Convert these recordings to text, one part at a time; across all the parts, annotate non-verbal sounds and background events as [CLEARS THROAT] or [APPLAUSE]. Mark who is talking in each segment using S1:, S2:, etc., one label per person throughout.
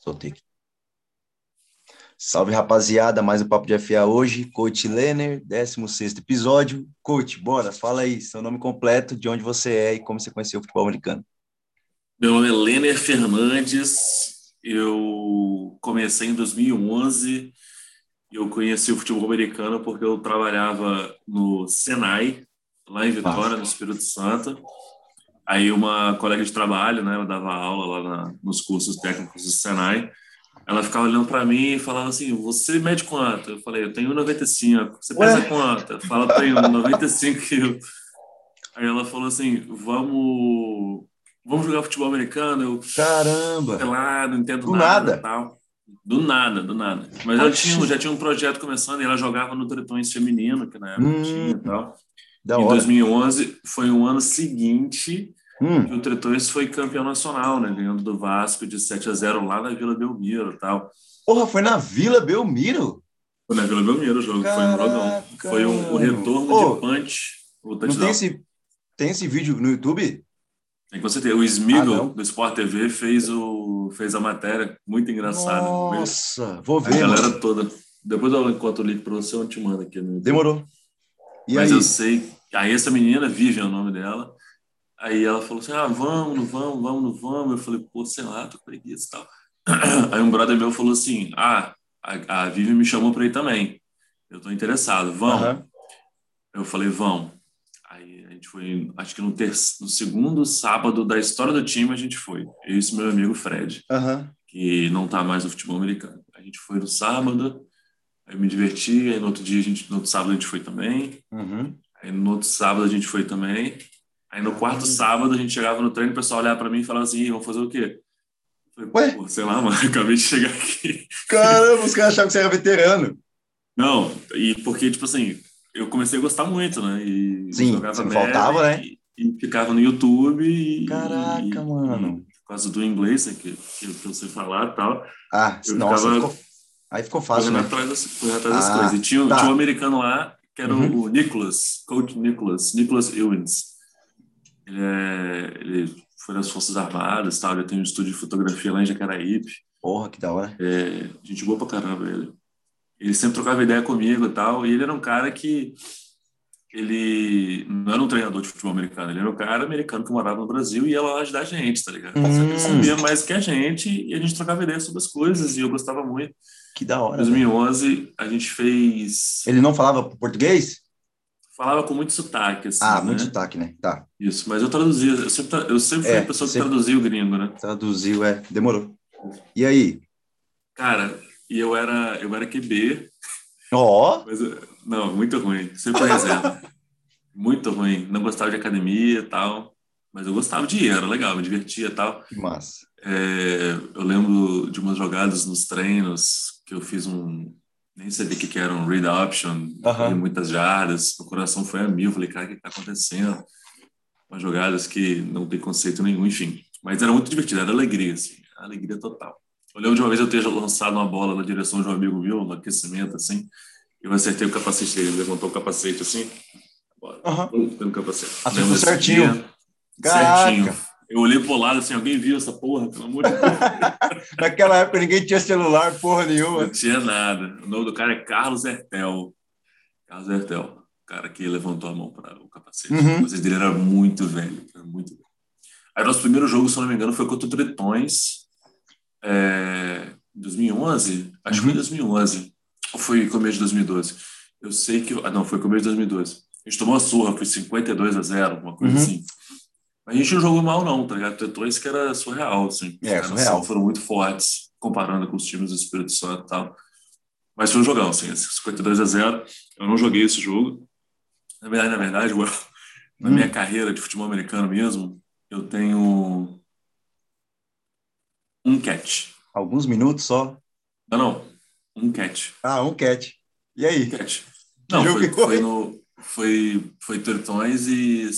S1: Soltei aqui. Salve, rapaziada. Mais um Papo de FA hoje. Coach Lenner, 16 episódio. Coach, bora, fala aí seu nome completo, de onde você é e como você conheceu o futebol americano.
S2: Meu nome é Lenner Fernandes. Eu comecei em 2011. Eu conheci o futebol americano porque eu trabalhava no Senai, lá em Vitória, no Espírito Santo. Aí uma colega de trabalho, né, ela dava aula lá na, nos cursos técnicos do Senai, ela ficava olhando para mim e falava assim, você mede quanto? Eu falei, eu tenho um 95. Você pesa Ué? quanto? Eu falo, tenho um 95 quilos. Aí ela falou assim, vamos, vamos jogar futebol americano? Eu,
S1: Caramba!
S2: Sei lá, não entendo
S1: Do
S2: nada.
S1: nada?
S2: Tal. Do nada, do nada. Mas ela
S1: Oxi.
S2: tinha, já tinha um projeto começando e ela jogava no Tretões Feminino, que na época
S1: Hum.
S2: tinha e tal.
S1: Da
S2: em
S1: hora.
S2: 2011 foi o ano seguinte
S1: Hum,
S2: que o Tretões foi campeão nacional, né? Ganhando do Vasco de 7 a 0 lá na Vila Belmiro e tal.
S1: porra, foi na Vila Belmiro?
S2: Foi na Vila Belmiro o jogo, foi um jogão.
S1: Caraca.
S2: Foi um, o retorno
S1: Ô,
S2: de punch. O
S1: Não tem
S2: touchdown.
S1: esse, tem esse vídeo no YouTube?
S2: Tem com certeza. O
S1: Ah,
S2: Smigol,
S1: não.
S2: do Sport TV, fez, o, fez a matéria. Muito engraçado.
S1: Nossa, vou
S2: A
S1: ver, mano.
S2: galera toda. Depois eu encontro o link para você, eu te mando aqui. No...
S1: Demorou. E
S2: Mas
S1: aí?
S2: eu sei. Aí essa menina, Vivian, é o nome dela. Aí ela falou assim: ah, vamos, não vamos, vamos, não vamos. Eu falei, pô, sei lá, tô com preguiça e tal. [CLEARS THROAT] Aí um brother meu falou assim: ah, a, a Vivian me chamou para ir também. Eu tô interessado, vamos.
S1: Aham.
S2: Eu falei, vamos. Aí a gente foi, acho que no, ter... no segundo sábado da história do time a gente foi. Eu e esse meu amigo Fred,
S1: Aham.
S2: que não tá mais no futebol americano. A gente foi no sábado, aí me diverti, aí no outro dia, a gente, no outro sábado a gente foi também.
S1: Uhum.
S2: Aí no outro sábado a gente foi também. Aí no
S1: Hum.
S2: quarto sábado a gente chegava no treino, o pessoal olhava pra mim e falava assim, "Ih, vamos fazer o quê? Eu
S1: Ué?
S2: falei, Pô, sei lá, mano, [LAUGHS] acabei de chegar aqui.
S1: Caramba, os caras achavam que você era veterano.
S2: Não, e porque, tipo assim, eu comecei a gostar muito, né? E
S1: Sim,
S2: jogava
S1: você não
S2: merda
S1: faltava, né?
S2: E, e ficava no YouTube. E,
S1: Caraca,
S2: e-
S1: mano.
S2: e por causa do inglês, né, que, que, que eu sei falar e tal.
S1: Ah,
S2: Eu
S1: nossa,
S2: ficava-
S1: ficou- aí ficou fácil,
S2: Correndo
S1: né?
S2: atrás das, correndo atrás das
S1: Ah,
S2: coisas. E tinha,
S1: tá.
S2: tinha um americano lá, que era o Nicholas, coach Nicholas, Nicholas Ewins. Ele, é, ele foi nas Forças Armadas e tal. Ele tem um estúdio de fotografia lá em Jacaraípe.
S1: Porra, que da hora.
S2: Gente boa pra caramba, ele. Ele sempre trocava ideia comigo e tal. E ele era um cara que. Ele não era um treinador de futebol americano, ele era um cara americano que morava no Brasil e ia lá ajudar a gente, tá ligado? Só que
S1: Hum.
S2: ele sabia mais que a gente e a gente trocava ideia sobre as coisas e eu gostava muito.
S1: Que da
S2: Em
S1: hora. velho.
S2: 2011, a gente fez.
S1: Ele não falava português?
S2: Falava com muito sotaque, assim.
S1: Ah,
S2: né?
S1: muito sotaque, né? Tá.
S2: Isso, mas eu traduzia. Eu sempre, tra- eu sempre fui
S1: É,
S2: a pessoa que
S1: sempre-
S2: traduzia o gringo, né?
S1: Traduziu, é. Demorou. E aí?
S2: Cara, e eu era, eu era QB,
S1: Ó,
S2: Mas, eh, não, muito ruim. Sempre
S1: [LAUGHS]
S2: reserva. muito ruim. Não gostava de academia e tal. Mas eu gostava de ir, era legal, me divertia e tal.
S1: que massa.
S2: Eh, eu lembro de umas jogadas nos treinos que eu fiz um. Nem sabia o que, que era um read option,
S1: Aham.
S2: corri muitas jardas, meu coração foi a mil. Falei, cara, o que está acontecendo? Umas jogadas que não tem conceito nenhum, enfim. Mas era muito divertido, era alegria, assim, alegria total. Eu lembro de uma vez eu ter lançado uma bola na direção de um amigo meu, no aquecimento, assim, eu acertei o capacete dele, ele levantou o capacete assim, bora,
S1: Aham.
S2: pum, pelo capacete.
S1: Acertou
S2: Lembro desse
S1: certinho.
S2: dia,
S1: Caraca.
S2: certinho. Eu olhei pro lado assim, alguém viu essa porra, pelo amor de Deus.
S1: Naquela época ninguém tinha celular, porra nenhuma.
S2: Não tinha nada. O nome do cara é Carlos Hertel. Carlos Hertel. O cara que levantou a mão para o capacete.
S1: Uhum.
S2: O capacete dele era muito velho. Era muito velho. Aí nosso primeiro jogo, se eu não me engano, foi contra o Tretões. É, 2011? Acho
S1: Uhum.
S2: que foi em 2011. Ou foi começo de 2012? Eu sei que... Ah, não, foi começo de 2012. A gente tomou uma surra, foi 52 a 0, uma coisa
S1: Uhum.
S2: assim. Mas a gente não jogou mal, não, tá ligado? O Tretões que era surreal, assim. Os
S1: É,
S2: caras
S1: surreal.
S2: são- foram muito fortes, comparando com os times do Espírito Santo e tal. Mas foi um jogão, assim, esse 52 a 0. Eu não joguei esse jogo. Na verdade, na verdade, Guel, [LAUGHS] na
S1: Hum.
S2: minha carreira de futebol americano mesmo, eu tenho um catch.
S1: Alguns minutos só.
S2: Não, não, um catch.
S1: Ah, um catch. E aí?
S2: Um catch. Não,
S1: jogo
S2: foi,
S1: que foi?
S2: foi no... Foi, foi Tertões e,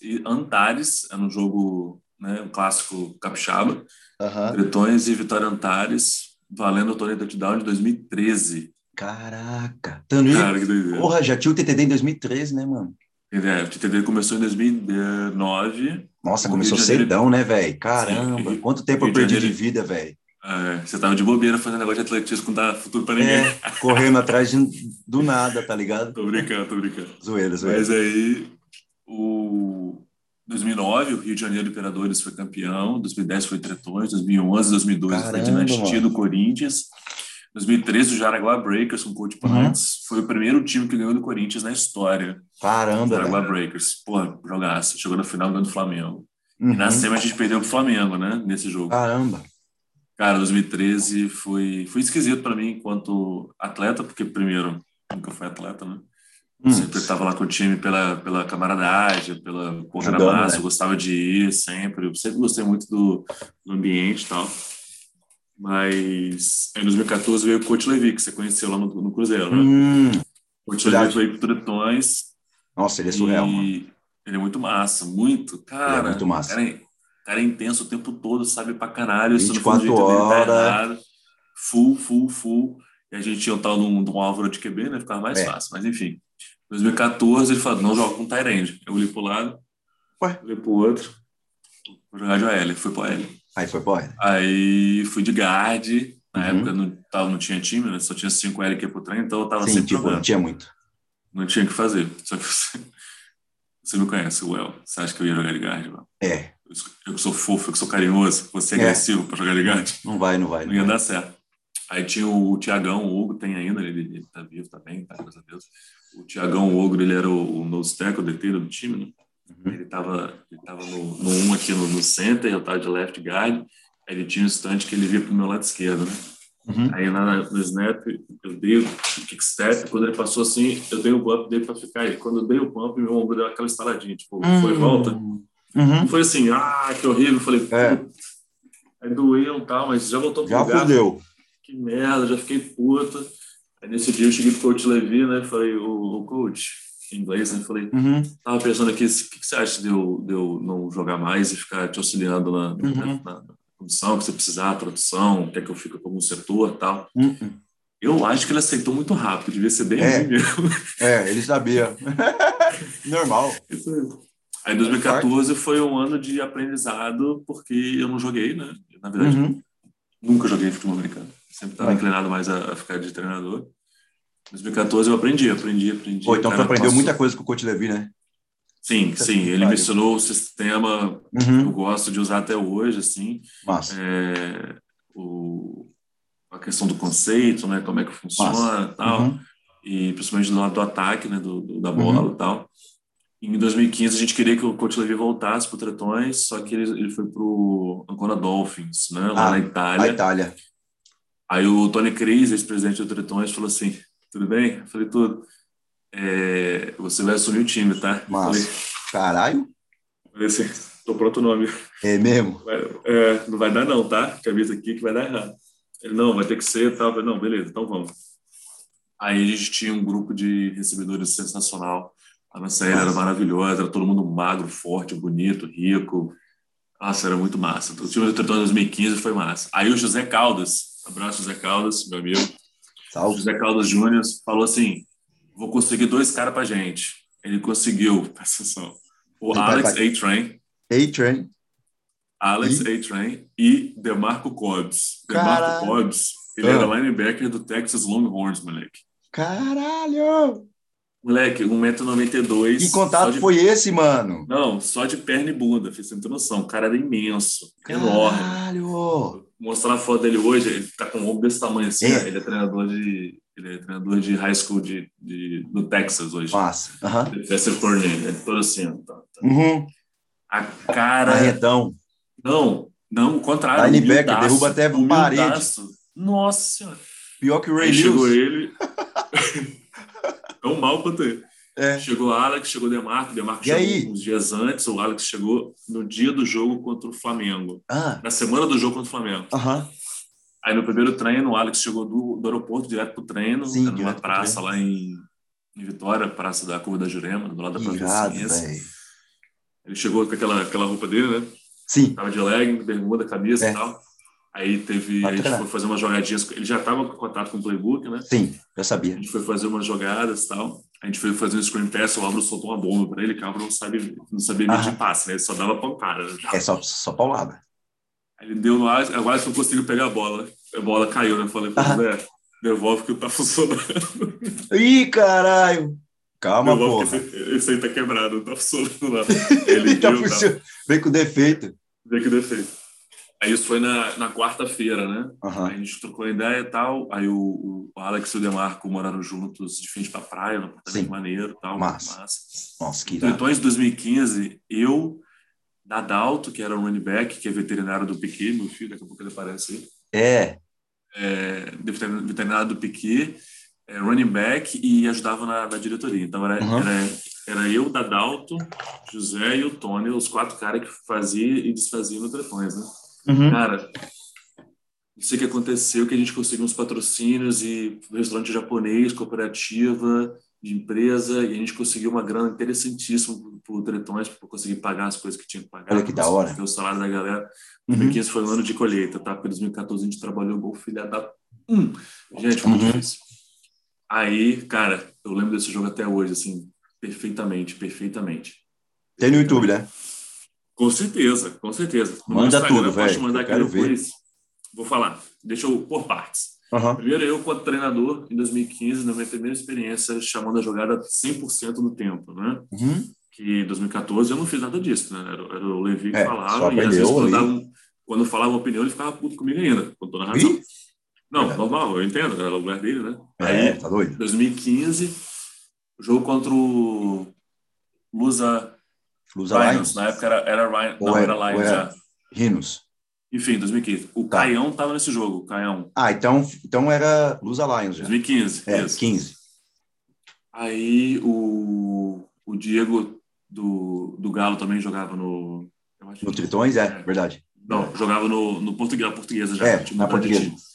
S2: e Antares, era um jogo, né, um clássico capixaba.
S1: Aham.
S2: Tretões Tá? e Vitória Antares, valendo o torneio touchdown de 2013.
S1: Caraca. Tanui,
S2: Cara, que doideira.
S1: porra, já tinha o TTD em 2013, né, mano?
S2: É, o TTD começou em 2009.
S1: Nossa,
S2: No
S1: começou
S2: Rio de Janeiro-
S1: cedão, né, velho? Caramba,
S2: Sim.
S1: quanto tempo eu
S2: Rio de
S1: perdi de
S2: Janeiro-
S1: vida, velho?
S2: É, você tava de bobeira fazendo negócio de atletismo, não dá futuro pra ninguém.
S1: É, correndo atrás de, do nada, tá ligado?
S2: Tô brincando, tô brincando.
S1: Zoeira, zoeira.
S2: Mas aí, o 2009, o Rio de Janeiro Imperadores foi campeão, 2010 foi Tretões, 2011, 2012 foi
S1: Caramba,
S2: Dinastia
S1: mano.
S2: do Corinthians, 2013 o Jaraguá Breakers com o Coach
S1: Uhum.
S2: Pantes, foi o primeiro time que ganhou do Corinthians na história.
S1: Caramba,
S2: Jaraguá
S1: velho.
S2: Breakers, porra, jogaço, chegou na final ganhando do Flamengo. E na
S1: Uhum. Ah.
S2: SEMA a gente perdeu pro Flamengo, né, nesse jogo.
S1: Caramba.
S2: Cara, 2013 foi, foi esquisito para mim enquanto atleta, porque primeiro, nunca fui atleta, né?
S1: Hum.
S2: Sempre estava lá com o time pela, pela camaradagem, pela correr na
S1: Ajudando,
S2: massa,
S1: né?
S2: eu gostava de ir sempre, eu sempre gostei muito do, do ambiente e tal. Mas em 2014 veio o Coach Levi, que você conheceu lá no, no Cruzeiro, né?
S1: Hum.
S2: O Coach
S1: verdade.
S2: Levi veio pro Tretões,
S1: Nossa, ele é surreal,
S2: e
S1: mano.
S2: Ele é muito massa, muito, cara.
S1: Ele é muito massa.
S2: Cara, é- cara é intenso o tempo todo, sabe pra caralho. Se não for do
S1: 24
S2: jeito dele, tá
S1: horas.
S2: errado. Full, full, full. E a gente tinha um tal de um, de um Álvaro de QB, né? Ficava mais
S1: É.
S2: fácil, mas enfim. 2014, ele falou, não joga com Tyrande. Eu olhei pro lado,
S1: Ué?
S2: olhei pro outro, vou jogar de OL, fui pro OL.
S1: Aí foi boy.
S2: Aí fui de guard, na
S1: Uhum.
S2: época não, tava, não tinha time, né? Só tinha 5 L que ia pro trem, então eu tava
S1: Sim,
S2: sempre
S1: tipo,
S2: jogando
S1: não tinha muito.
S2: não tinha o que fazer. Só que você, você me conhece, Well. Você acha que eu ia jogar de guard, Well?
S1: É,
S2: Eu sou- Eu que sou fofo, eu que sou carinhoso, você é
S1: É.
S2: agressivo pra jogar de guard?
S1: não vai, não vai.
S2: Não
S1: Não
S2: ia
S1: vai.
S2: dar certo. Aí tinha o Tiagão, o Hugo tem ainda, ele, ele tá vivo, tá bem, tá, graças a Deus. O Tiagão, o Ogro, ele era o, o nose tackle, o DT do time, né?
S1: Uhum.
S2: Ele tava, ele tava no, no um aqui no, no center, eu tava de left guard. Aí ele tinha um instante que ele via pro meu lado esquerdo, né?
S1: Uhum.
S2: Aí lá no snap, eu dei o kick step, quando ele passou assim, eu dei o bump dele pra ficar. E quando eu dei o bump, meu ombro deu aquela estaladinha, tipo,
S1: Hum.
S2: foi e volta. Não
S1: Uhum.
S2: foi assim, ah, que horrível. Eu Falei,
S1: É.
S2: "Putz". aí doeu e tal, mas já voltou pro
S1: Já
S2: lugar. né?
S1: fudeu.
S2: Que merda, já fiquei puta. Aí nesse dia eu cheguei pro coach Levi, né? Falei, o, o coach, em inglês, né? Falei,
S1: Uhum.
S2: tava pensando aqui, o que, que você acha de eu, de eu não jogar mais e ficar te auxiliando na,
S1: Uhum.
S2: na, na comissão, que você precisar, tradução, quer que eu fique como um setor e tal.
S1: Uhum.
S2: Eu acho que ele aceitou muito rápido, devia ser bem
S1: É.
S2: ruim mesmo. [LAUGHS]
S1: É, ele sabia. [LAUGHS] Normal.
S2: Aí
S1: É,
S2: 2014 foi um ano de aprendizado, porque eu não joguei, né? Na verdade,
S1: Uhum.
S2: nunca joguei futebol americano. Sempre estava
S1: Vai.
S2: inclinado mais a, a ficar de treinador. 2014 eu aprendi, aprendi, aprendi.
S1: Pô, então tu
S2: Cara,
S1: aprendeu
S2: passou-
S1: muita coisa com o Coach Levi, né?
S2: Sim,
S1: Puta
S2: sim.
S1: que
S2: Ele me
S1: pariu.
S2: ensinou o sistema que eu
S1: Uhum.
S2: gosto de usar até hoje, assim.
S1: Massa.
S2: É, o, a questão do conceito, né? Como é que funciona e tal.
S1: Uhum.
S2: e principalmente do lado do ataque, né, do, do- da bola e tal. Em 2015 a gente queria que o Coach Levy voltasse para o Tretões, só que ele, ele foi para o Ancona Dolphins, né, lá
S1: Ah,
S2: na
S1: A
S2: Itália.
S1: Itália.
S2: Aí o Tony Cris, ex-presidente do Tretões, falou assim, tudo bem? Eu falei, tudo. É, você vai assumir o time, tá? Eu
S1: Massa.
S2: Falei,
S1: Caralho.
S2: falei assim, tô pronto o nome.
S1: É mesmo?
S2: Vai- é, não vai dar não, tá? Te aviso aqui que vai dar errado. Ele, não, vai ter que ser e tal. Eu falei, não, beleza, então vamos. Aí a gente tinha um grupo de recebedores sensacional. A nossa era era
S1: Massa.
S2: maravilhosa, era todo mundo magro, forte, bonito, rico. Nossa, era muito massa. O time do Tretão em 2015 foi massa. Aí o José Caldas, abraço José Caldas, meu amigo. O
S1: Salve.
S2: José Caldas Júnior falou assim, vou conseguir dois caras pra gente. Ele conseguiu, [LAUGHS] presta atenção. O
S1: Ele vai
S2: Alex
S1: pra-
S2: A-Train,
S1: Ei, Train.
S2: Alex A-Train e Demarco Cobbs.
S1: Caralho.
S2: Demarco Cobbs, ele
S1: Ah.
S2: era linebacker do Texas Longhorns, moleque.
S1: Caralho.
S2: Moleque, 1,92m.
S1: Que
S2: só
S1: contato
S2: de...
S1: foi esse, mano?
S2: Não, só de perna e bunda, fiz sem ter noção. O cara era imenso, enorme.
S1: Caralho.
S2: Mostrar a foto dele hoje, ele tá com um ombro desse tamanho assim.
S1: É.
S2: ó. Ele é treinador de. Ele é treinador de high school de, de... do Texas hoje.
S1: Massa. Aham.
S2: Defensive coordinator. Ele é todo assim, ó. tá, tá.
S1: Uhum. É.
S2: A cara.
S1: Arretão.
S2: Não, não, o contrário.
S1: Linebacker,
S2: humildaço,
S1: derruba até a parede.
S2: humildaço. Nossa senhora.
S1: Pior que o Ray
S2: Aí chegou
S1: Lewis.
S2: ele. [LAUGHS] Tão mal quanto ele.
S1: É.
S2: Chegou o Alex, chegou o Demarco. O Demarco
S1: E
S2: chegou
S1: aí?
S2: uns dias antes. O Alex chegou no dia do jogo contra o Flamengo.
S1: Ah.
S2: Na semana do jogo contra o Flamengo.
S1: Aham.
S2: Aí no primeiro treino, o Alex chegou do, do aeroporto direto pro treino.
S1: Sim,
S2: era numa
S1: direto pro
S2: praça lá em, em Vitória, praça da Curva da Jurema, do lado da Praça da
S1: Irado,
S2: Ciência.
S1: velho.
S2: Ele chegou com aquela, aquela roupa dele, né?
S1: Sim.
S2: Tava de legging, bermuda, camisa
S1: É.
S2: e tal. Aí teve.
S1: Vai
S2: A gente
S1: treinar.
S2: foi fazer umas jogadinhas. Ele já tava com contato com o playbook, né?
S1: Sim. Eu
S2: A
S1: sabia.
S2: gente foi fazer umas jogadas e tal. A gente foi fazer um screen pass, o Álvaro soltou uma bomba pra ele, que o Álvaro não, sabe, não sabia medir
S1: Aham.
S2: passe, né? Ele só dava pancada.
S1: É só, só paulada.
S2: né? Ele deu no Alisson, o Alisson conseguiu pegar a bola. A bola caiu, né? Eu falei, Zé, devolve que tá funcionando.
S1: Ih, caralho! Calma,
S2: Devolve que
S1: porra.
S2: esse, esse aí tá quebrado, não tá funcionando
S1: [LAUGHS]
S2: não.
S1: Ele tá
S2: deu, tá,
S1: funcionando. Vem com defeito.
S2: vê que defeito. Aí isso foi na, na quarta-feira, né?
S1: Aham.
S2: Aí a gente trocou ideia e tal. Aí o, o- o Alex e o Demarco moraram juntos de frente pra praia, no apartamento
S1: Sim.
S2: maneiro e tal.
S1: Massa. Nossa, que irado.
S2: Então, em 2015, eu, Dadalto, que era o running back, que é veterinário do Piquet, meu filho, daqui a pouco ele aparece aí.
S1: É,
S2: é, veterin- veterinário do Piqui, é, running back e ajudava na, na diretoria. Então era,
S1: Uhum.
S2: era, era eu, Dadalto, José e o Tony, os quatro caras que faziam e desfaziam no Trepões, né?
S1: Hum?
S2: Cara, não sei o que aconteceu, que a gente conseguiu uns patrocínios e restaurante japonês, cooperativa, de empresa, e a gente conseguiu uma grana interessantíssima pro Tretões, para conseguir pagar as coisas que tinha que pagar.
S1: Olha que da
S2: conseguir
S1: hora.
S2: ter o salário da galera.
S1: Uhum.
S2: Porque esse foi um ano de colheita, tá? Porque 2014 a gente trabalhou igual filha da... Hum, gente, foi muito
S1: Uhum.
S2: difícil. Aí, cara, eu lembro desse jogo até hoje, assim, perfeitamente, perfeitamente.
S1: tem no YouTube, né?
S2: Com certeza, com certeza.
S1: Manda
S2: meu Instagram,
S1: tudo,
S2: eu posso
S1: velho.
S2: te mandar
S1: Eu
S2: aqui
S1: quero ver.
S2: depois. Vou falar. Deixa eu por partes.
S1: Aham.
S2: Primeiro, eu, quanto treinador, em 2015, na minha primeira experiência, chamando a jogada 100% do tempo, né?
S1: Uhum.
S2: Que em 2014 eu não fiz nada disso, né? Era, era o Levi que
S1: É, só
S2: falava, e
S1: aprendeu
S2: às vezes quando,
S1: ali.
S2: dava um- quando eu falava uma opinião, ele ficava puto comigo ainda, com toda a razão.
S1: Ih, é.
S2: Não,
S1: verdade.
S2: normal, eu entendo, era o lugar dele, né? Aí,
S1: é, tá doido?
S2: 2015, jogo contra o Lusa
S1: Flusa
S2: Lions, né?
S1: Lions,
S2: na época era, era Ryan,
S1: Ou
S2: não,
S1: era-
S2: era
S1: ou
S2: Lions
S1: era-
S2: já.
S1: Rinos.
S2: Enfim, 2015. O
S1: Tá.
S2: Caião estava nesse jogo, o Caião.
S1: Ah, então, então era Lusa Lions já.
S2: 2015,
S1: É,
S2: isso.
S1: 15.
S2: Aí o, o Diego do, do Galo também jogava no. Eu acho
S1: No
S2: que-
S1: Tritões, é, verdade.
S2: Não, jogava no, no português, na portuguesa já.
S1: É,
S2: tinha
S1: na
S2: mudado de
S1: Portuguesa.
S2: time.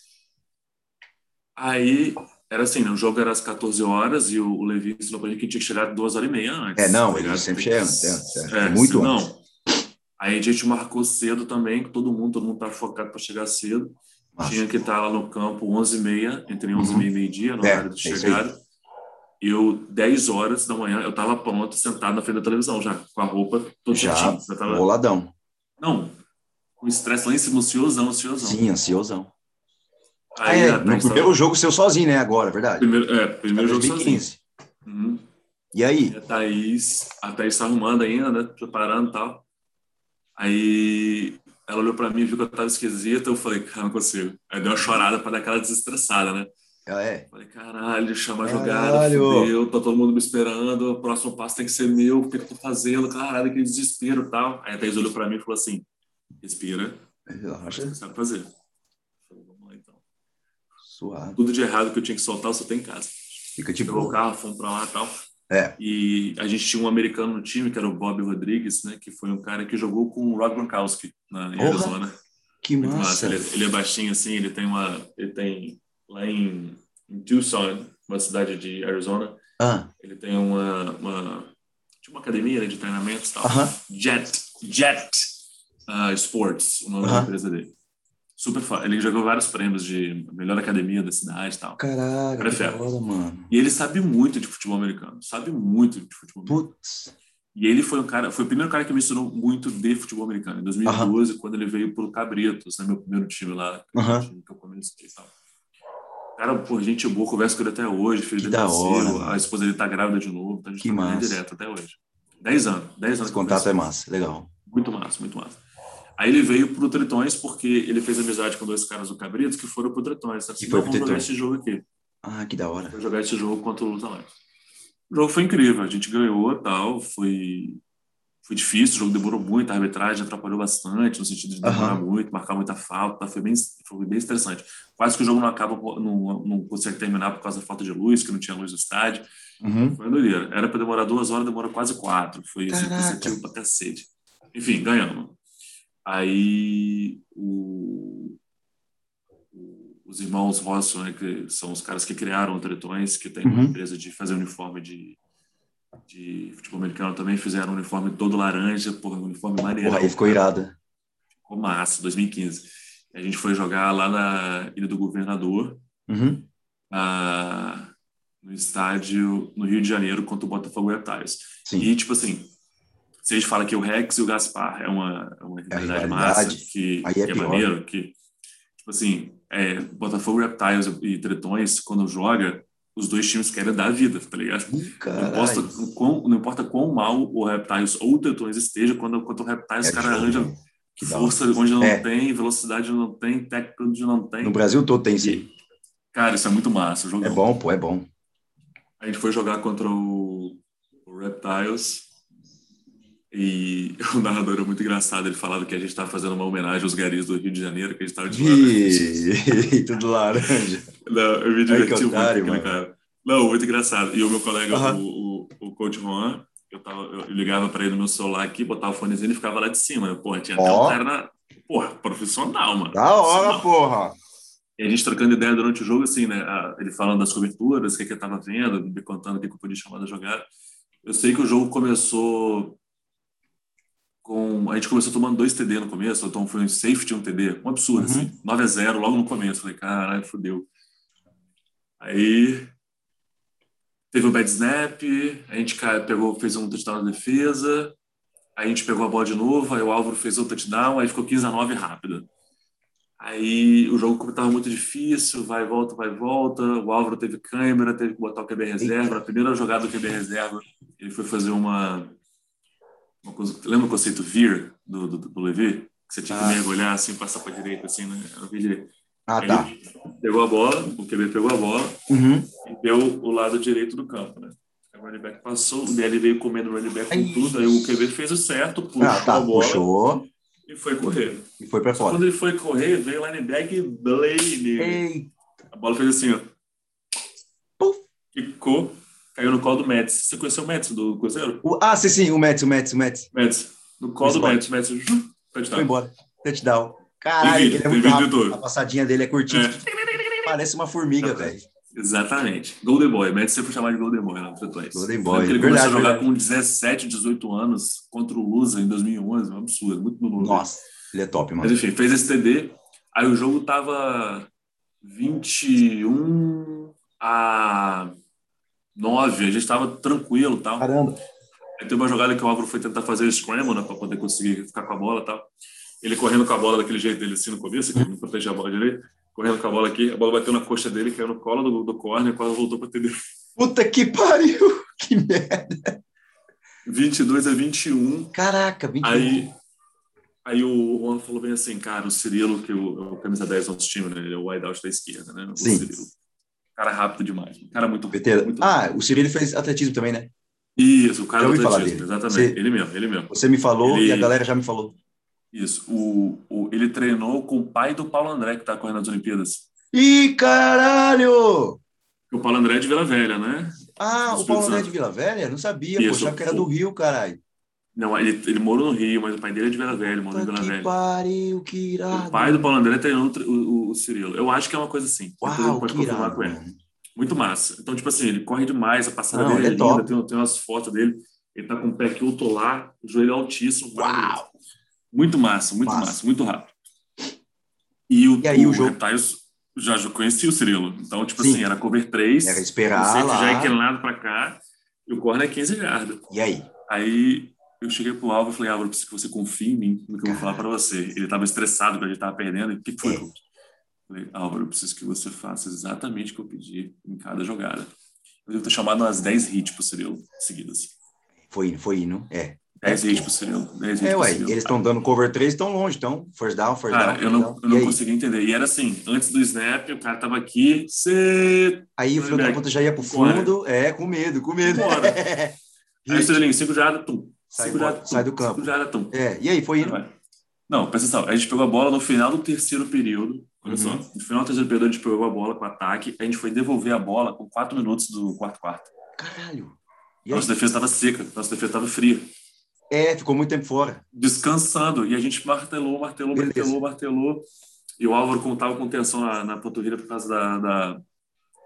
S2: Aí era assim, né? O jogo era às 14 horas e o, o Levi ensinou pra gente que tinha que chegar duas horas e meia antes.
S1: É, não,
S2: tá
S1: ele
S2: ligado?
S1: sempre
S2: Tem que-
S1: chega antes, é, é,
S2: É,
S1: muito
S2: se não.
S1: antes.
S2: Aí a gente marcou cedo também, que todo mundo, todo mundo estava focado para chegar cedo.
S1: Massa.
S2: Tinha que estar lá no campo 11h30, entre 11h30 e meio-dia, no
S1: É,
S2: horário
S1: é
S2: de
S1: isso aí.
S2: chegada. Eu, 10 horas da manhã, eu estava pronto, sentado na frente da televisão já, com a roupa toda
S1: Já,
S2: certinho. Já tava...
S1: Boladão.
S2: Não, com estresse lá em cima, ansiosão, ansiosão.
S1: Sim, ansiosão. Ah,
S2: Aí,
S1: é,
S2: a
S1: no
S2: Thaís tava-
S1: primeiro jogo seu sozinho, né? Agora, verdade.
S2: primeiro, é, primeiro jogo sozinho.
S1: 2015.
S2: Uhum.
S1: E
S2: E
S1: aí?
S2: a Thaís, a Thaís tá arrumando ainda, né? Preparando e tal. Aí ela olhou pra mim, viu que eu tava esquisito, eu falei, cara, não consigo. Aí deu uma chorada pra dar aquela desestressada, né?
S1: Ah, é.
S2: Falei, caralho, chama a jogada,
S1: Caralho.
S2: fudeu, tá todo mundo me esperando, o próximo passo tem que ser meu, o que eu tô fazendo, caralho, que desespero e tal. Aí a Thaís olhou pra mim e falou assim, respira,
S1: é,
S2: acho que
S1: Relaxa.
S2: você sabe fazer. Eu Falei, vamos lá então.
S1: Suave.
S2: Tudo de errado que eu tinha que soltar, eu soltei em casa.
S1: Fica de
S2: Pegou o
S1: boa.
S2: carro, fomos pra lá e tal.
S1: É.
S2: E a gente tinha um americano no time, que era o Bob Rodrigues, né, que foi um cara que jogou com o Rob Gronkowski na em
S1: Porra.
S2: Arizona.
S1: Que
S2: Muito
S1: massa.
S2: Ele, ele é baixinho assim, ele tem uma. Ele tem lá em, em Tucson, né, uma cidade de Arizona,
S1: Ah,
S2: ele tem uma. uma tinha uma academia né, de treinamento e tal.
S1: aham.
S2: Jet, Jet ah, Sports, o nome da
S1: Aham.
S2: empresa dele. Super foda. Ele jogou vários prêmios de melhor academia da cidade e tal.
S1: Caralho, que
S2: Prefere.
S1: da hora, mano.
S2: E ele sabe muito de futebol americano, sabe muito de futebol americano.
S1: Putz.
S2: E ele foi um cara, foi o primeiro cara que me ensinou muito de futebol americano. Em 2012, quando ele veio pro Cabritos, né, meu primeiro time lá,
S1: Aham.
S2: o time que eu comecei e tal. Cara, por gente boa, converso com ele até hoje, filho
S1: Que
S2: dele
S1: da
S2: nasceu,
S1: hora, mano.
S2: a esposa dele tá grávida de novo, então a gente
S1: Que
S2: tá trabalha
S1: massa.
S2: direto até hoje. Dez anos, dez anos.
S1: Esse
S2: que
S1: contato é
S2: conversa.
S1: massa. Legal.
S2: Muito massa, muito massa. Aí ele veio pro Tritões porque ele fez amizade com dois caras do Cabritos que foram pro Tritões. Então,
S1: Que
S2: assim,
S1: foi
S2: não,
S1: pro
S2: vamos jogar
S1: Tritões.
S2: esse jogo aqui.
S1: Ah, que da hora.
S2: Foi jogar esse jogo contra o Luta Lions. O jogo foi incrível, a gente ganhou tal, foi, foi difícil, o jogo demorou muito, a arbitragem atrapalhou bastante, no sentido de demorar
S1: Aham.
S2: muito, marcar muita falta, tá? foi bem, foi bem estressante. Quase que o jogo não acaba, por- não, não consegue terminar por causa da falta de luz, que não tinha luz no estádio.
S1: Uhum.
S2: Foi uma doideira. Era para demorar duas horas, demorou quase quatro. Foi assim,
S1: Caraca.
S2: cansativo pra cacete. Enfim, ganhamos. Aí o, o- os irmãos Rosso, né, que são os caras que criaram o Tretões, que tem uma
S1: Uhum.
S2: empresa de fazer uniforme de, de futebol americano também, fizeram um uniforme todo laranja, porra, um uniforme maneiro.
S1: Porra, aí ficou irado.
S2: Ficou massa, 2015. A gente foi jogar lá na Ilha do Governador,
S1: Uhum.
S2: na- no estádio no Rio de Janeiro contra o Botafogo e a Thales.
S1: Sim.
S2: E, tipo assim, Se a gente fala que o Rex e o Gaspar é uma, é uma rivalidade
S1: rivalidade.
S2: massa, que,
S1: Aí é
S2: que é
S1: pior.
S2: maneiro, que, tipo assim, é, Botafogo Reptiles e Tretões, quando joga, os dois times querem dar vida, tá ligado?
S1: Ih,
S2: Não importa,
S1: caralho.
S2: o quão, não importa quão mal o Reptiles ou o Tretões esteja, quando, quando o Reptiles, o
S1: É
S2: cara
S1: jogo,
S2: arranja
S1: né? Que da hora.
S2: força onde não
S1: É.
S2: tem, velocidade onde não tem, técnica onde não tem.
S1: No Brasil todo tem isso aí.
S2: Cara, isso é muito massa. o jogo
S1: É bom, pô, é bom.
S2: A gente foi jogar contra o, o Reptiles e [LAUGHS] o narrador era muito engraçado. Ele falava que a gente estava fazendo uma homenagem aos garis do Rio de Janeiro, que a gente estava de laranja.
S1: Ih, [LAUGHS] tudo laranja.
S2: Não, eu me
S1: Ai,
S2: diverti
S1: que
S2: muito com
S1: otário,
S2: aquele
S1: mano.
S2: cara. Não, muito engraçado. E o meu colega,
S1: Aham.
S2: o, o, o coach Juan, eu, tava, eu ligava para ele no meu celular aqui, botava o fonezinho e ficava lá de cima. Porra, tinha até
S1: Ó.
S2: um cara na. Porra, profissional, mano.
S1: Da
S2: Profissional.
S1: hora, porra.
S2: E a gente trocando ideia durante o jogo, assim, né? a- Ele falando das coberturas, o que, que eu tava vendo, me contando o que, que eu podia chamar da jogada. Eu sei que o jogo começou com. A gente começou tomando dois TD no começo, então foi um safety e um TD. Um absurdo,
S1: Uhum.
S2: assim. 9 a 0 logo no começo. Falei, caralho, fodeu. Aí. Teve um bad snap, a gente ca- pegou, fez um touchdown na defesa, aí a gente pegou a bola de novo, aí o Álvaro fez outro touchdown, aí ficou 15 a 9 rápido. Aí o jogo estava muito difícil, vai e volta, vai e volta. O Álvaro teve câmera, teve que botar o QB reserva.
S1: Eita.
S2: Na primeira jogada do QB reserva, ele foi fazer uma. uma coisa- lembra o conceito veer do, do, do Levi? Que você tinha que
S1: Ah.
S2: mergulhar assim, passar para direita, assim, né? Eu vi direito.
S1: Ah,
S2: Aí
S1: tá.
S2: ele pegou a bola, o QB pegou a bola
S1: Uhum.
S2: e deu o lado direito do campo, né? Aí O running back passou, o DL veio comendo o running back
S1: Ai.
S2: com tudo, aí o QB fez o certo, puxou
S1: Ah, tá.
S2: a bola
S1: Puxou
S2: e foi correr.
S1: e foi pra fora.
S2: Quando ele foi correr, veio o lineback e blade nele.
S1: Ei,
S2: A bola fez assim, ó.
S1: É. Puf.
S2: Ficou, caiu no colo do Mets. Você conheceu o Mets do Cruzeiro?
S1: o- ah, sim, sim, o Mets, o Mets, o Mets.
S2: Mets. No colo do
S1: Foi
S2: Mets, Mets. jum,
S1: Foi
S2: Touchdown.
S1: embora. Touchdown. Caralho,
S2: Tá. Tem vídeo,
S1: ele é
S2: tem
S1: muito
S2: vídeo
S1: rápido.
S2: do YouTube.
S1: A passadinha dele é curtinha. Parece uma formiga,
S2: Tá
S1: velho.
S2: Exatamente. Golden Boy. Mets sempre chamado de Golden Boy lá no Tretões.
S1: Golden Boy,
S2: Ele começou a
S1: verdade,
S2: jogar
S1: verdade.
S2: com 17, 18 anos contra o Lusa em 2011. Um absurdo. Muito novo.
S1: Nossa, ele é top,
S2: Mas
S1: mano.
S2: enfim, fez esse TD. Aí o jogo tava 21 a 9. A gente tava tranquilo e tal.
S1: Caramba.
S2: Aí teve uma jogada que o Álvaro foi tentar fazer o scramble, né, para poder conseguir ficar com a bola e tal. Ele correndo com a bola daquele jeito dele, assim, no começo, que ele não protege a bola direito. Correndo com a bola aqui, a bola bateu na coxa dele, caiu no colo do, do corner, quase voltou para TD.
S1: Puta que pariu. [LAUGHS] Que merda.
S2: 22 a 21.
S1: Caraca, 21.
S2: Aí, aí o Juan falou bem assim, cara, o Cirilo, que é o, é o camisa 10 do nosso time, né? Ele é o wideout da esquerda, né? O
S1: Sim.
S2: Cirilo. Cara rápido demais. Um Cara muito
S1: Veterano.
S2: muito-
S1: Ah, o Cirilo fez atletismo também, né?
S2: Isso, o cara
S1: já
S2: do
S1: ouvi falar
S2: atletismo,
S1: dele.
S2: exatamente.
S1: Sim.
S2: Ele mesmo, ele mesmo.
S1: Você me falou
S2: Ele-
S1: e a galera já me falou.
S2: Isso. O, o, ele treinou com o pai do Paulo André, que tá correndo nas Olimpíadas.
S1: Ih, caralho!
S2: O Paulo André é de Vila Velha, né?
S1: Ah, o
S2: Espírito
S1: Paulo André é
S2: Santo.
S1: de Vila Velha? Não sabia, pô.
S2: Isso.
S1: Achava que era do Rio, caralho.
S2: Não, ele, ele morou no Rio, mas o pai dele é de Vila Velha, morou em
S1: Puta
S2: Vila
S1: que
S2: Velha.
S1: pariu, que irado.
S2: O pai do Paulo André treinou o tre- o, o, o Cirilo. Eu acho que é uma coisa assim. Depois a gente
S1: Uau,
S2: pode
S1: que
S2: confirmar
S1: irado.
S2: com ele.
S1: mano.
S2: Muito massa. Então, tipo assim, ele corre demais, a passada
S1: Não,
S2: dele
S1: ele
S2: é
S1: é
S2: linda,
S1: top.
S2: tem, tem umas fotos dele, ele tá com o pé que eu tô lá, o joelho altíssimo. maravilhoso.
S1: Uau!
S2: Muito massa, muito
S1: Massa.
S2: massa, muito rápido. E, o,
S1: E aí, o
S2: o
S1: jogo?
S2: Reptiles já já conhecia o Cirilo. Então, tipo
S1: Sim.
S2: assim, era cover 3,
S1: Era
S2: o
S1: esperar
S2: safety
S1: lá.
S2: já é inclinado pra cá, e o corner é 15 jardas.
S1: E aí?
S2: Aí eu cheguei pro Álvaro e falei, Álvaro, eu preciso que você confie em mim no que eu vou falar pra você. Ele tava estressado porque a gente tava perdendo. E o que que foi,
S1: É.
S2: coach? Falei, Álvaro, eu preciso que você faça exatamente o que eu pedi em cada jogada. Eu devo ter chamado umas 10 hits pro Cirilo seguidas.
S1: Foi indo, foi indo. É.
S2: 10 hits pro Cirilo, 10 hits
S1: É,
S2: pro
S1: ué.
S2: Cirilo.
S1: Eles estão dando cover 3, estão longe, então. First down, first
S2: Cara,
S1: down.
S2: eu
S1: first
S2: não,
S1: down.
S2: eu não
S1: e
S2: consegui entender. E era assim, antes do snap, o cara tava aqui, você...
S1: aí? Aí o filho da puta já ia pro
S2: Bora.
S1: fundo. É, com medo, com medo. [LAUGHS]
S2: Bora. Aí o
S1: Hit.
S2: Cirilinho, 5 jardas, tum.
S1: Sai
S2: Cinco
S1: embora,
S2: jardas, tum.
S1: sai do campo.
S2: Cinco jardas, tum.
S1: É, e aí? Foi indo.
S2: Não, presta atenção. A gente pegou a bola no final do terceiro período. Olha só.
S1: Uhum.
S2: No final do terceiro período, a gente pegou a bola com ataque. A gente foi devolver a bola com quatro minutos do quarto quarto.
S1: Caralho. E aí?
S2: Nossa defesa estava seca, nossa defesa estava fria.
S1: É, ficou muito tempo fora.
S2: Descansando. E a gente martelou, martelou,
S1: Beleza.
S2: martelou, martelou. E o Álvaro contava com tensão na, na panturrilha por causa da, da,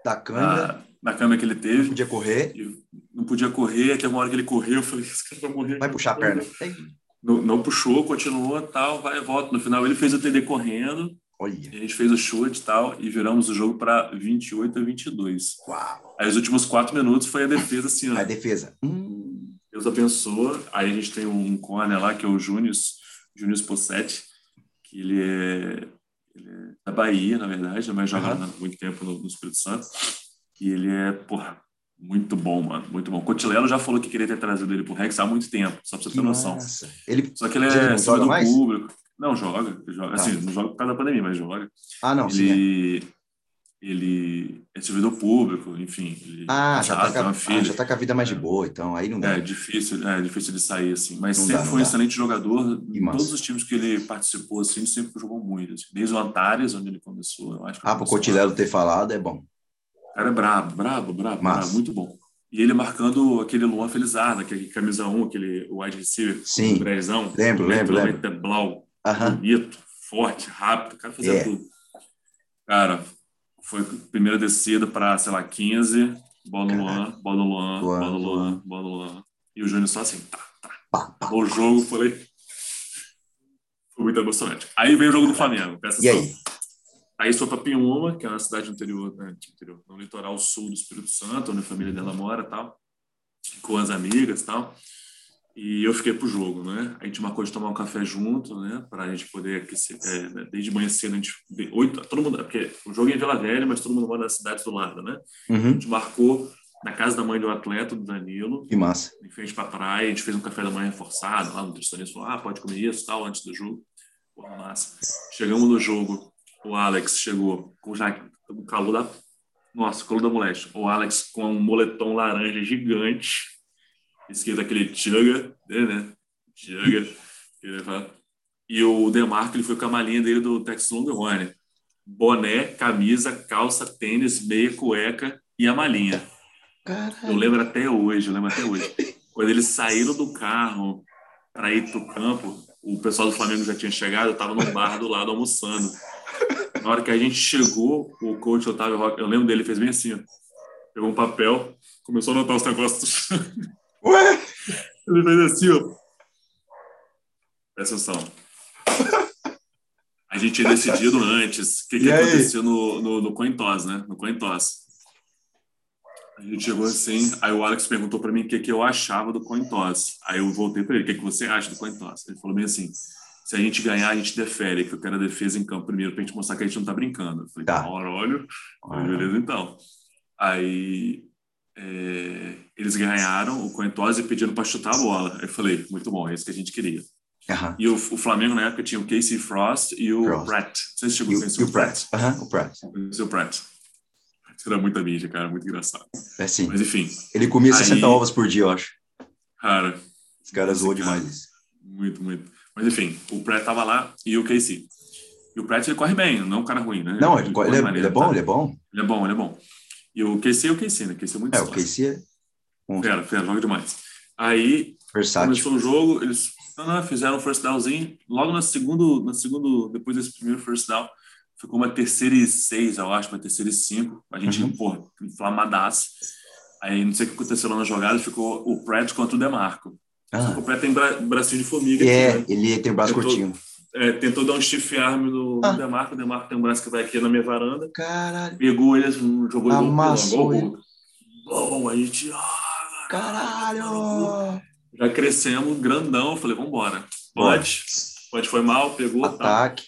S1: Da câmera,
S2: da, da câmera que ele
S1: não
S2: teve.
S1: podia correr.
S2: E não podia correr. Teve uma hora que ele correu. Eu falei, esse cara vai morrer.
S1: Vai puxar a perna.
S2: Uhum.
S1: Ei,
S2: Não, não puxou, continuou, tal, vai e volta. No final, ele fez o TD correndo.
S1: Olha.
S2: A gente fez o chute e tal e viramos o jogo para 28 a 22.
S1: Uau.
S2: Aí os últimos quatro minutos foi a defesa assim, ó.
S1: A defesa. Hum,
S2: Deus abençoa. Aí a gente tem um corner lá, que é o Június, Június Possetti, que ele é, ele é da Bahia, na verdade, mas joga
S1: Aham.
S2: há muito tempo no, no Espírito Santo. E ele é, porra, muito bom, mano, muito bom. Cotilelo já falou que queria ter trazido ele pro Rex há muito tempo, só pra você ter noção.
S1: massa. Ele...
S2: Só que ele
S1: Ele não
S2: é acima
S1: joga
S2: do
S1: mais?
S2: público. Não, joga. ele joga.
S1: Tá.
S2: Assim, não joga por causa da pandemia, mas joga.
S1: Ah, não, sim. é.
S2: ele, ele é servidor público, enfim. Ele
S1: Ah, já tá,
S2: casado,
S1: com
S2: tem
S1: a...
S2: uma
S1: ah, já
S2: filha.
S1: tá com a vida mais de boa, então aí não dá.
S2: É difícil, é difícil de sair, assim. Mas
S1: Não
S2: sempre
S1: dá, não
S2: foi um
S1: dá.
S2: excelente jogador.
S1: E
S2: em
S1: massa.
S2: todos os times que ele participou, assim, ele sempre jogou muito. assim. Desde o Antares, onde ele começou, eu acho. que
S1: Ah, pro
S2: começou lá.
S1: Cotilelo ter falado é bom.
S2: O cara é brabo, brabo, brabo,
S1: Massa.
S2: brabo, muito bom. E ele marcando aquele Luan Felizardo, aquele camisa 1, aquele wide receiver,
S1: Sim.
S2: brezão.
S1: Lembro, lembro, lembro.
S2: Blau,
S1: Aham.
S2: bonito, forte, rápido, o cara fazia
S1: É.
S2: tudo. Cara, foi primeira descida para, sei lá, 15, bola no Luan, bola no
S1: Luan,
S2: Luan, bola no
S1: Luan.
S2: Luan, bola no Luan. E o Júnior só assim, tá,
S1: Pá,
S2: tá. O jogo, falei. Foi muito emocionante. Aí veio o jogo do Flamengo, peça
S1: E aí?
S2: Aí sou para Pinhuma, que é uma cidade interior, né, de interior, no litoral sul do Espírito Santo, onde a família dela mora e tal, com as amigas e tal. E eu fiquei pro jogo, né? A gente marcou de tomar um café junto, né? Para a gente poder aquecer. é, né, Desde manhã cedo, a gente. de Oito, todo mundo. Porque o jogo é em Vila Velha, mas todo mundo mora nas cidades do lado, né? A
S1: Uhum.
S2: gente marcou na casa da mãe do atleta, do Danilo,
S1: Que massa.
S2: em frente para praia, a gente fez um café da manhã reforçado, lá o nutricionista falou, ah, pode comer isso, tal, antes do jogo. Pô, massa. Chegamos no jogo, o Alex chegou com já com o calor da... Nossa, calor da moléstia. O Alex com um moletom laranja gigante, esquerda aquele tchaga, né, né? Tchaga, que ele fala. E o Demarco, ele foi com a malinha dele do Texas Longhorn. Boné, camisa, calça, tênis, meia, cueca e a malinha. Eu
S1: Caralho.
S2: lembro até hoje, eu lembro até hoje. Quando eles saíram do carro para ir pro campo, o pessoal do Flamengo já tinha chegado, eu estava no bar do lado almoçando. Na hora que a gente chegou, o coach Otávio Roque, eu lembro dele, fez bem assim, ó. Pegou um papel, começou a anotar os negócios.
S1: Ué?
S2: Ele fez assim, ó. Presta atenção. A gente tinha decidido antes o que, que
S1: E aí?
S2: aconteceu no, no, no Coin Toss, né? No Coin Toss. A gente chegou assim, aí o Alex perguntou pra mim o que, que eu achava do Coin Toss. Aí eu voltei pra ele, o que, que você acha do Coin Toss? Ele falou bem assim, se a gente ganhar, a gente defere, que eu quero a defesa em campo primeiro pra gente mostrar que a gente não tá brincando. Eu falei,
S1: Tá.
S2: tá. olha, Falei, beleza, então. Aí é, eles ganharam o Cointose pedindo para chutar a bola. Eu falei, muito bom, é isso que a gente queria.
S1: Aham.
S2: E o, o Flamengo na época tinha o Casey Frost e o
S1: Frost.
S2: Pratt. Você chegou
S1: E
S2: a
S1: o-
S2: conhecer
S1: e o Pratt. Aham, o Pratt.
S2: Conheci o Pratt. Isso era muita mídia, cara, muito engraçado.
S1: É assim.
S2: Mas enfim,
S1: Ele comia 60
S2: Aí-
S1: ovos por dia, eu acho.
S2: cara,
S1: Os caras
S2: Esse
S1: zoam
S2: cara-
S1: demais isso.
S2: muito, muito. Mas enfim, o Pratt tava lá e o Casey. E o Pratt ele corre bem, não é um cara ruim, né?
S1: Não, ele, ele, é, ele é bom,
S2: tá?
S1: ele é bom.
S2: Ele é bom, ele é bom. E o Casey é o Casey, né? Casey é muito
S1: É, o
S2: sólido.
S1: Casey é
S2: Fera, fera, joga demais. Aí
S1: versátil.
S2: Começou o jogo, eles não, não, fizeram um first downzinho. Logo no segundo, no segundo, depois desse primeiro first down, ficou uma terceira e seis, eu acho, uma terceira e cinco. A gente,
S1: Uhum.
S2: porra, inflamadaço. Aí não sei o que aconteceu lá na jogada, ficou o Pratt contra o Demarco. Só que
S1: Ah,
S2: o Pratt tem bra bracinho de formiga.
S1: é,
S2: aqui, né?
S1: ele tem o braço
S2: Eu tô-
S1: curtinho.
S2: É, tentou dar um stiff arm no,
S1: Ah.
S2: no Demarco, o Demarco tem um braço que vai aqui na minha varanda.
S1: Caralho,
S2: Pegou ele, assim, jogou ele
S1: Amassou ele.
S2: Bom, a gente. ah,
S1: caralho!
S2: já crescemos grandão. Eu falei, vambora.
S1: Bora.
S2: Pode. Pode foi mal, pegou. Tá.
S1: Ataque.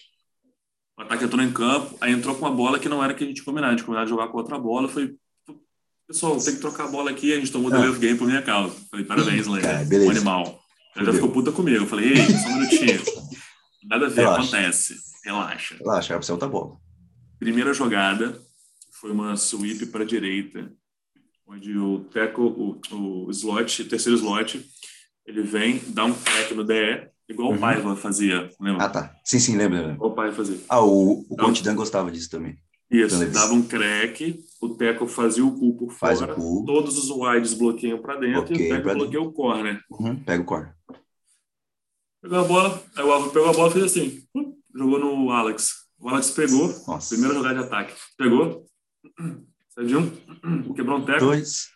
S2: O ataque entrou em campo, aí entrou com uma bola que não era que a gente combinava. A gente combinava de jogar com outra bola. Eu falei, pessoal, tem que trocar a bola aqui. A gente tomou o
S1: Ah.
S2: delay of game por minha causa. Eu Falei, parabéns,
S1: Ih,
S2: Lane.
S1: cara, beleza.
S2: Um animal. Ela já
S1: Fudeu.
S2: ficou puta comigo. Eu falei, ei, só um
S1: [LAUGHS]
S2: minutinho. Nada a ver,
S1: Relaxa.
S2: acontece. Relaxa.
S1: Relaxa, vai pra outra bola.
S2: Primeira jogada foi uma sweep para a direita, onde o Teco, o, o slot, o terceiro slot, ele vem, dá um crack no DE, igual
S1: Uhum.
S2: o Paiva fazia, lembra?
S1: Ah, tá. Sim, sim, lembra. lembra.
S2: Igual o Paiva fazia.
S1: Ah, o, o
S2: Não.
S1: Coach Dan gostava disso também.
S2: Isso,
S1: Beleza.
S2: dava um crack, o Teco fazia o cu por
S1: Então, Faz
S2: fora,
S1: o cu.
S2: todos os wides bloqueiam para dentro
S1: Bloqueia
S2: e o Teco
S1: pra
S2: bloqueia o corner.
S1: Uhum, pega o corner.
S2: Pegou a bola, aí o Alvo pegou a bola e fez assim, hum, jogou no Alex. O Alex pegou,
S1: Nossa.
S2: primeira jogada de ataque, pegou, [CLEARS THROAT] saiu de um, [CLEARS THROAT] quebrou um Teco.
S1: Dois,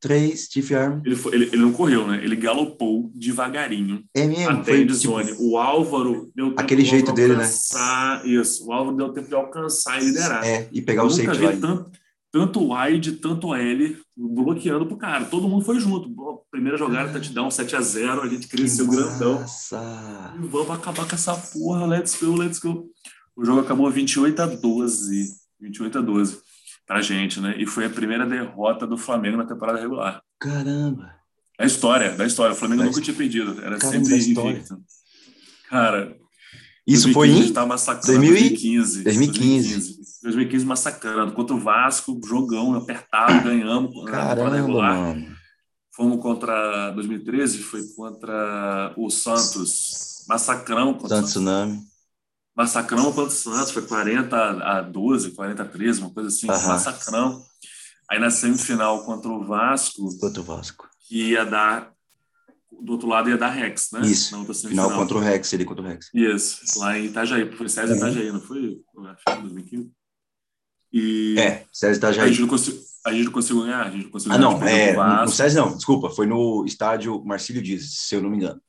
S1: três, Tiff Arm.
S2: Ele, foi- ele, ele não correu, né? Ele galopou devagarinho
S1: É mesmo,
S2: até a
S1: foi
S2: endzone.
S1: tipo,
S2: O Álvaro deu tempo
S1: Aquele
S2: do
S1: jeito
S2: Álvaro
S1: dele, né?
S2: alcançar, Isso. O Álvaro deu tempo de alcançar e liderar.
S1: É, e pegar
S2: Eu
S1: o
S2: nunca
S1: safety
S2: vi
S1: lá.
S2: tanto, tanto o wide, tanto o L, bloqueando pro cara. Todo mundo foi junto. Bom, Primeira jogada, touchdown, 7 a 0 a gente cresceu é grandão.
S1: Nossa!
S2: E vamos acabar com essa porra, let's go, let's go. O jogo acabou 28 a 12. 28 a 12 pra gente, né? E foi a primeira derrota do Flamengo na temporada regular.
S1: Caramba!
S2: Da história, da história. O Flamengo
S1: Da
S2: nunca tinha perdido.
S1: Caramba,
S2: Era
S1: da
S2: sempre
S1: história.
S2: invicto. Cara,
S1: Isso foi
S2: 2015 a gente
S1: em?
S2: tava massacrando 2015.
S1: 2015.
S2: 2015 massacrando. Contra o Vasco, jogão, apertado, ganhamos. na temporada
S1: Caramba,
S2: regular.
S1: mano.
S2: Fomos contra 2013, foi contra o Santos. Massacramos contra
S1: Tanto tsunami.
S2: massacramos contra o Santos, foi 40 a 12, 40 a 13, uma coisa assim,
S1: Aham.
S2: massacramos. Aí na semifinal contra o Vasco,
S1: Contra o Vasco.
S2: que ia dar, do outro lado ia dar Rex, né?
S1: Isso,
S2: Na outra semifinal.
S1: Final contra o Rex, ele contra o Rex.
S2: Isso, lá em Itajaí, foi César
S1: Uhum.
S2: Itajaí, não foi? Eu acho que em 2015. E
S1: É, César tá já
S2: a, gente não conseguiu, a gente não conseguiu ganhar, a gente não conseguiu
S1: Ah,
S2: ganhar. a
S1: não,
S2: gente perdeu
S1: é,
S2: pro
S1: no
S2: Vasco,
S1: César não, desculpa, foi no estádio Marcílio Dias, se eu não me engano.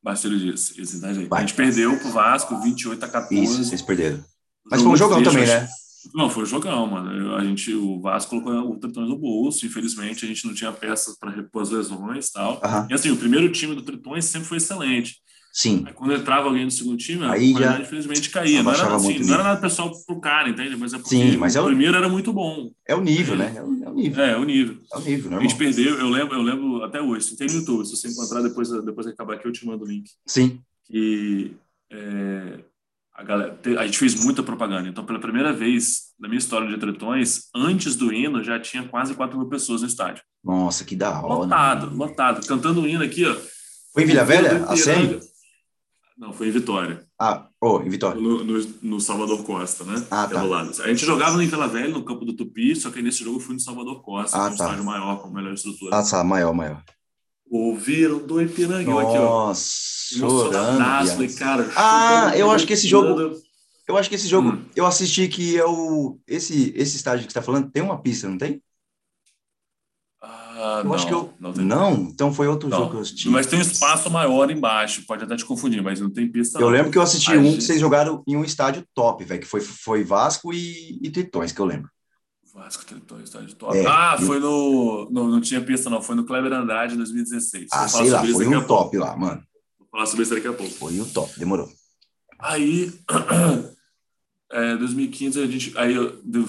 S2: Marcelo disse, isso, em Itajaí. A
S1: Vai.
S2: gente perdeu pro Vasco, 28 a 14.
S1: Isso, vocês perderam. Mas foi um jogão
S2: fecho,
S1: também,
S2: acho-
S1: né?
S2: Não, foi um jogão, mano. Eu- A gente, o Vasco colocou o Tritões no bolso, infelizmente a gente não tinha peças para repor as lesões e tal.
S1: Aham,
S2: E assim, o primeiro time do Tritões sempre foi excelente.
S1: Sim,
S2: Aí quando entrava alguém no segundo time, a
S1: Aí já
S2: qualidade, infelizmente caía. Não era,
S1: abaixava
S2: assim,
S1: muito o
S2: não era
S1: nível.
S2: nada pessoal pro cara, entende? Mas é porque
S1: Sim, mas
S2: o
S1: é o-
S2: primeiro era muito bom.
S1: é o nível, né? É o, é o nível,
S2: É, o nível.
S1: é o nível,
S2: A
S1: normal.
S2: gente perdeu, eu lembro, eu lembro até hoje, se tem no YouTube, se você encontrar depois, depois que acabar aqui, eu te mando o link
S1: Sim,
S2: que é, a, galera, te- a gente fez muita propaganda. Então, pela primeira vez na minha história de Tretões, antes do hino, já tinha quase 4 mil pessoas no estádio.
S1: nossa, que da hora.
S2: Lotado, lotado. Cantando o hino aqui, ó.
S1: Foi em Vila Velha? A
S2: Ipiranga.
S1: SEMI?
S2: Não, foi em Vitória,
S1: Ah, ô, em Vitória.
S2: no, no, no Salvador Costa, né?
S1: Ah,
S2: É
S1: tá.
S2: do lado. A gente jogava em Vila Velha, no campo do Tupi, só que nesse jogo eu fui no Salvador Costa,
S1: Ah,
S2: que é um
S1: tá.
S2: estádio maior, com melhor estrutura.
S1: Ah, tá, maior, maior.
S2: Ouviram do Ipiranga eu aqui, ó.
S1: Nossa, chorando,
S2: Emocionadaço, falei,
S1: viado.
S2: cara.
S1: Ah,
S2: chutando,
S1: eu acho que esse jogo-
S2: gritando.
S1: Eu acho que esse jogo,
S2: Hum.
S1: eu assisti que é o, esse, esse estádio que você tá falando, tem uma pista, não tem?
S2: Ah,
S1: Eu
S2: não,
S1: acho que eu-
S2: não tem.
S1: Não? Então foi outro
S2: Não.
S1: jogo que eu assisti.
S2: Mas tem um espaço maior embaixo, pode até te confundir, mas não tem pista.
S1: Eu
S2: não.
S1: lembro que eu assisti
S2: Ai,
S1: um
S2: gente.
S1: que vocês jogaram em um estádio top, velho, que foi, foi Vasco e, e Tritões, que eu lembro.
S2: Vasco tentou estádio top.
S1: É.
S2: ah, foi no. Não, não tinha pista, não. Foi no Kleber Andrade em 2016.
S1: Ah,
S2: Vou falar
S1: sei lá,
S2: sobre isso
S1: foi
S2: daqui
S1: um
S2: a pouco.
S1: top lá, mano.
S2: Vou falar sobre isso daqui a pouco.
S1: Foi um top, demorou.
S2: Aí, [CLEARS THROAT] é, 2015, a gente. Aí eu- deu-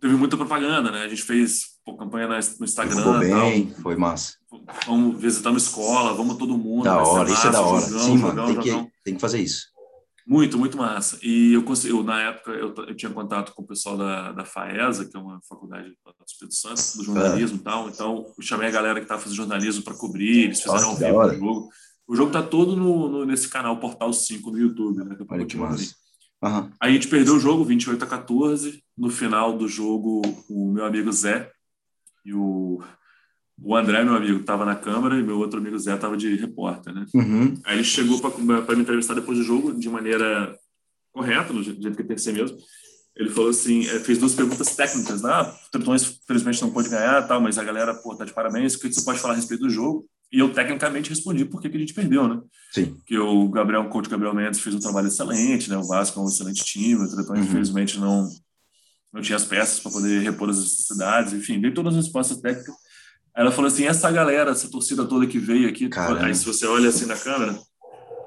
S2: teve muita propaganda, né? A gente fez pô, campanha na- no
S1: Ficou
S2: Instagram. e tal.
S1: bem, foi massa.
S2: Vamos visitamos escola, vamos todo mundo.
S1: Da
S2: vai ser
S1: hora, isso é
S2: massa,
S1: da hora.
S2: jogão,
S1: Sim, mano,
S2: jogão,
S1: tem que,
S2: jogão.
S1: tem que fazer isso.
S2: Muito, muito massa. E eu consegui, eu, na época, eu, t- eu tinha contato com o pessoal da, da FAESA, que é uma faculdade do Espírito Santo,
S1: Ah.
S2: do jornalismo e tal. Então, eu chamei a galera que estava fazendo jornalismo para cobrir, eles
S1: Nossa,
S2: fizeram
S1: que da
S2: ao vivo
S1: hora.
S2: o jogo. O jogo tá todo no, no- nesse canal Portal 5 no YouTube, né? que eu tô
S1: Olha que
S2: continuando
S1: massa. Aham.
S2: Aí a gente perdeu o jogo, 28 a 14. No final do jogo, o meu amigo Zé e o, o André, meu amigo, estava na câmera e meu outro amigo Zé estava de repórter, né?
S1: Uhum.
S2: Aí ele chegou para me entrevistar depois do jogo de maneira correta, do je- do jeito que tem que ser mesmo. Ele falou assim, eh, fez duas perguntas técnicas, né? Ah, o Tritões infelizmente não pôde ganhar, tal, mas a galera, pô, tá de parabéns, o que você pode falar a respeito do jogo? E eu tecnicamente respondi por que que a gente perdeu, né?
S1: Sim.
S2: Que o Gabriel, o coach Gabriel Mendes fez um trabalho excelente, né? O Vasco é um excelente time, o Tritões
S1: Uhum.
S2: infelizmente não não tinha as peças para poder repor as necessidades, enfim, veio todas as respostas técnicas. Aí ela falou assim, essa galera, essa torcida toda que veio aqui,
S1: Caramba.
S2: aí se você olha assim na câmera,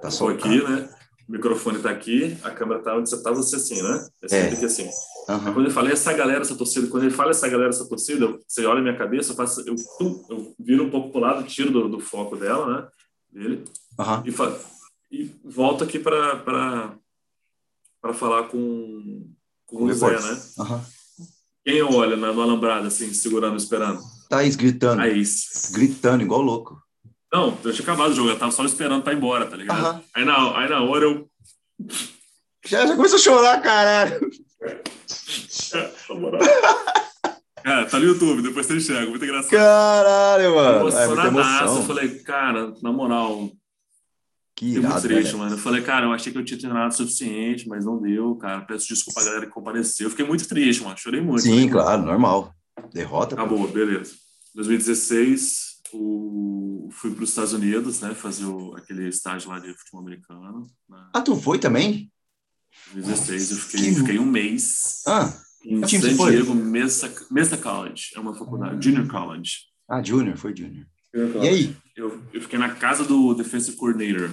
S1: Tá
S2: Estou
S1: soltado.
S2: aqui, né? O microfone tá aqui, a câmera tá onde você tá, você assim, né? É sempre
S1: É.
S2: aqui assim.
S1: Aham.
S2: Quando ele fala essa galera, essa torcida, quando ele fala essa galera, essa torcida, eu- você olha a minha cabeça, eu faço, eu, tum, eu viro um pouco pro lado, tiro do, do foco dela, né? Dele,
S1: Aham.
S2: e, fa- e volto aqui para para falar com, com
S1: Com
S2: o
S1: o
S2: Zé,
S1: repórter.
S2: né?
S1: Aham.
S2: Quem olha na, no alambrado, assim, segurando, esperando?
S1: Thaís gritando,
S2: Aí. s-
S1: gritando igual louco.
S2: Não, eu tinha acabado o jogo, eu tava só esperando pra ir embora, tá ligado?
S1: Aham.
S2: Aí, na, aí na hora eu
S1: Já, já começou a chorar, caralho.
S2: Na moral. [LAUGHS] Cara, tá no YouTube, depois você enxerga, muito engraçado.
S1: Caralho, mano. É muita
S2: Emocionadaço, eu
S1: emoção.
S2: falei, cara, na moral,
S1: Que
S2: fiquei muito
S1: irado, né,
S2: triste,
S1: velho.
S2: mano. Eu falei, cara, eu achei que eu tinha treinado o suficiente, mas não deu, cara. Peço desculpa a galera que compareceu. Eu Fiquei muito triste, mano. Chorei muito. né?
S1: Sim, claro, normal. Derrota. pô.
S2: Acabou, beleza. 2016, o... fui para os Estados Unidos, né, fazer o- aquele estágio lá de futebol americano. Né?
S1: Ah, tu foi também?
S2: 2016, eu fiquei,
S1: Que-
S2: fiquei um mês.
S1: Ah,
S2: Em
S1: Que time você
S2: San
S1: foi?
S2: Diego, Mesa, Mesa College. É uma faculdade, Junior College.
S1: Ah, Júnior, foi Júnior. E aí?
S2: Eu, eu fiquei na casa do Defensive Coordinator.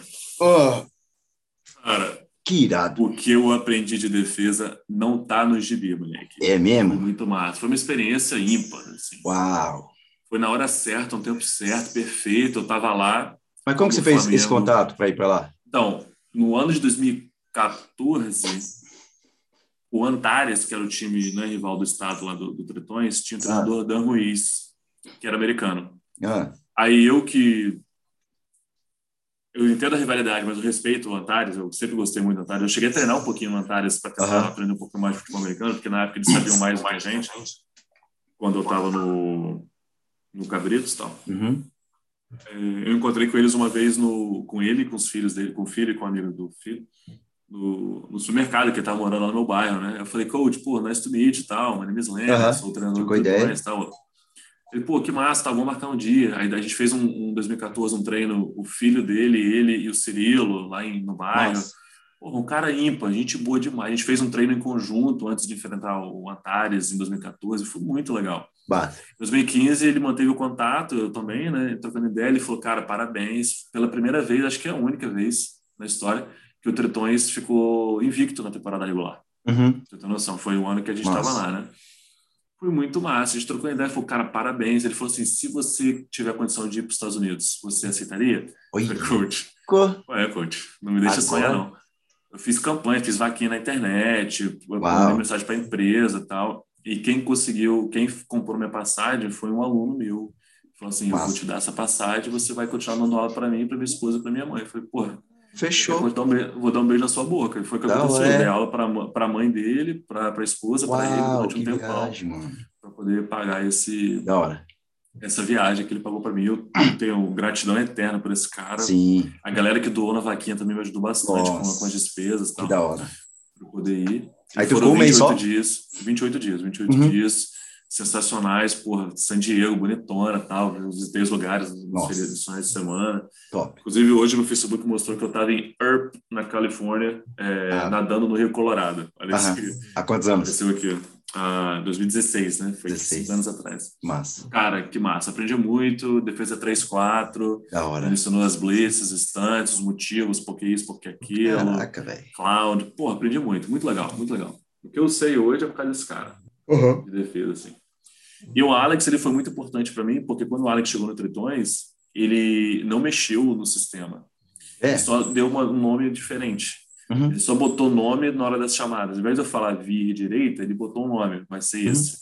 S2: Cara,
S1: Que irado.
S2: o que eu aprendi de defesa não tá no gibi, moleque.
S1: É
S2: Foi
S1: mesmo?
S2: muito massa. Foi uma experiência ímpar, assim.
S1: Uau.
S2: Foi na hora certa, no tempo certo, perfeito. Eu tava lá.
S1: Mas como que você
S2: O
S1: fez esse
S2: Flamengo-
S1: contato para ir para lá?
S2: Então, no ano de 2014, o Antares, que era o time né, rival do estado lá do, do Tretões, tinha o treinador Dan Ruiz, que era americano.
S1: Ah,
S2: Aí eu que. Eu entendo a rivalidade, mas eu respeito o Antares, eu sempre gostei muito do Antares. Eu cheguei a treinar um pouquinho no Antares para tentar
S1: Aham.
S2: aprender um pouco mais de futebol americano, porque na época eles sabiam mais do que a gente, quando eu estava no, no Cabritos e tal.
S1: uhum.
S2: É, Eu encontrei com eles uma vez no, com ele, com os filhos dele, com o filho e com a amiga do filho, no, no supermercado que ele tava morando lá no meu bairro, né? Eu falei, coach, pô, nice to meet e tal, my name is Len,
S1: Aham,
S2: sou o treinador
S1: trocou
S2: do
S1: ideia.
S2: Titãs e tal. Ele, pô, que massa, tá, vamos marcar um dia. Aí a gente fez um, um 2014, um treino, o filho dele, ele e o Cirilo, lá em, no bairro.
S1: Nossa.
S2: Pô, um cara ímpar, gente boa demais. A gente fez um treino em conjunto antes de enfrentar o Antares em 2014, foi muito legal.
S1: Bata.
S2: 2015 ele manteve o contato, eu também, né? Trocando ideia, ele falou, cara, parabéns. Pela primeira vez, acho que é a única vez na história que o Tretões ficou invicto na temporada regular.
S1: Uhum.
S2: Você tem noção? Foi o ano que a gente
S1: Massa.
S2: estava lá, né? Foi muito massa. A gente trocou ideia, falou, cara, parabéns. Ele falou assim: se você tiver condição de ir para os Estados Unidos, você aceitaria? [LAUGHS] Eu
S1: Oi.
S2: falei, coach,
S1: Ficou.
S2: Ué, coach, não me deixa
S1: Agora?
S2: sonhar, não. Eu fiz campanha, fiz vaquinha na internet, eu
S1: Uau.
S2: mandei mensagem para empresa e tal. E quem conseguiu, quem comprou minha passagem foi um aluno meu. Falou assim: eu vou
S1: Massa.
S2: te dar essa passagem, você vai continuar dando aula para mim, para minha esposa, para minha mãe. Eu falei: porra, eu
S1: Fechou. é.
S2: vou dar, um beijo, vou dar um beijo na sua boca. E foi o que
S1: Da
S2: aconteceu.
S1: hora.
S2: Eu dei aula para a mãe dele, para a esposa, para ele
S1: Uau,
S2: durante
S1: que
S2: um tempão,
S1: viagem, mano.
S2: para poder pagar esse,
S1: Da hora.
S2: essa viagem que ele pagou para mim. Eu tenho gratidão eterna por esse cara.
S1: Sim,
S2: A galera que doou na vaquinha também me ajudou bastante com,
S1: Nossa.
S2: com as despesas e
S1: que
S2: tal,
S1: da hora.
S2: pra eu poder ir.
S1: Aí
S2: E
S1: tu
S2: foram
S1: ficou um mês só?
S2: dias, 28 dias, 28
S1: Uhum.
S2: dias sensacionais, porra, San Diego, bonitona e tal, eu visitei os lugares nos
S1: Nossa.
S2: feri- nos finais de semana.
S1: Top.
S2: Inclusive, hoje meu Facebook mostrou que eu tava em Earp, na Califórnia, é,
S1: Ah.
S2: nadando no Rio Colorado. Olha isso
S1: Aham.
S2: que
S1: Há quantos anos?
S2: apareceu aqui, ó. Ah, 2016, né? Foi
S1: 16.
S2: 16 anos atrás.
S1: Massa.
S2: Cara, que massa, aprendi muito, defesa 3-4,
S1: Da hora.
S2: Mencionou as blitzes, instantes, os motivos, por que isso, por que aquilo,
S1: Caraca, velho.
S2: cloud. Porra, aprendi muito, muito legal, muito legal. O que eu sei hoje é por causa desse cara, de defesa, assim. E o Alex, ele foi muito importante para mim, porque quando o Alex chegou no Tritões, ele não mexeu no sistema.
S1: É.
S2: Ele só deu uma- um nome diferente.
S1: Uhum.
S2: Ele só botou nome na hora das chamadas. Ao invés de eu falar via direita, ele botou um nome, vai ser
S1: Uhum.
S2: esse.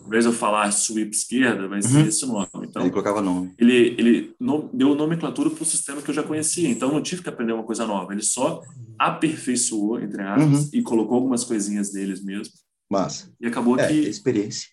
S2: Ao invés de eu falar sweep esquerda, vai ser
S1: Uhum.
S2: esse o nome. Então,
S1: Ele colocava nome.
S2: ele, ele no- deu nomenclatura para o sistema que eu já conhecia, então eu não tive que aprender uma coisa nova, ele só aperfeiçoou, entre aspas,
S1: Uhum.
S2: e colocou algumas coisinhas deles mesmo,
S1: Massa.
S2: e acabou
S1: É,
S2: que...
S1: experiência.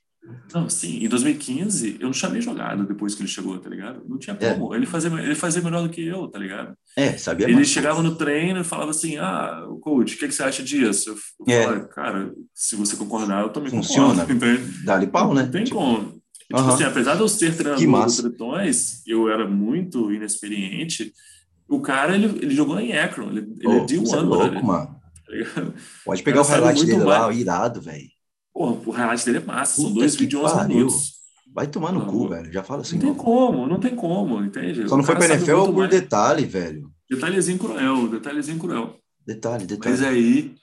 S2: Não, sim, em 2015 eu não chamei jogada depois que ele chegou, tá ligado? Não tinha
S1: É.
S2: como, ele, fazia, ele fazia melhor do que eu, tá ligado?
S1: É, sabia
S2: Ele
S1: mais.
S2: chegava no treino e falava assim, ah, coach, o que, que você acha disso? Eu, eu
S1: É.
S2: falava, cara, se você concordar, eu também
S1: Funciona.
S2: concordo, [LAUGHS] entende?
S1: Dá-lhe pau, né?
S2: Não tem
S1: Tipo,
S2: como. E, Tipo
S1: Aham.
S2: assim, apesar de eu ser
S1: Que
S2: treinador
S1: massa.
S2: do Tritões, eu era muito inexperiente. O cara, ele, ele jogou em Akron, ele, ele
S1: pô,
S2: é de tá um
S1: você é
S2: ano,
S1: louco, mano. Pode pegar o
S2: Cara, sabe
S1: highlight
S2: muito
S1: dele lá,
S2: mais.
S1: irado, velho.
S2: Pô, o highlight dele é massa, são
S1: Puta
S2: dois
S1: que
S2: vídeos de 11
S1: pariu.
S2: minutos.
S1: Vai tomar no
S2: Não,
S1: cu,
S2: pô.
S1: velho. Já fala assim,
S2: Não tem
S1: não.
S2: como, não tem como, entende?
S1: Só não
S2: O
S1: foi pra
S2: cara sabe
S1: NFL
S2: muito
S1: por
S2: mais.
S1: detalhe, velho.
S2: Detalhezinho cruel, detalhezinho cruel.
S1: Detalhe, detalhe.
S2: Mas é aí,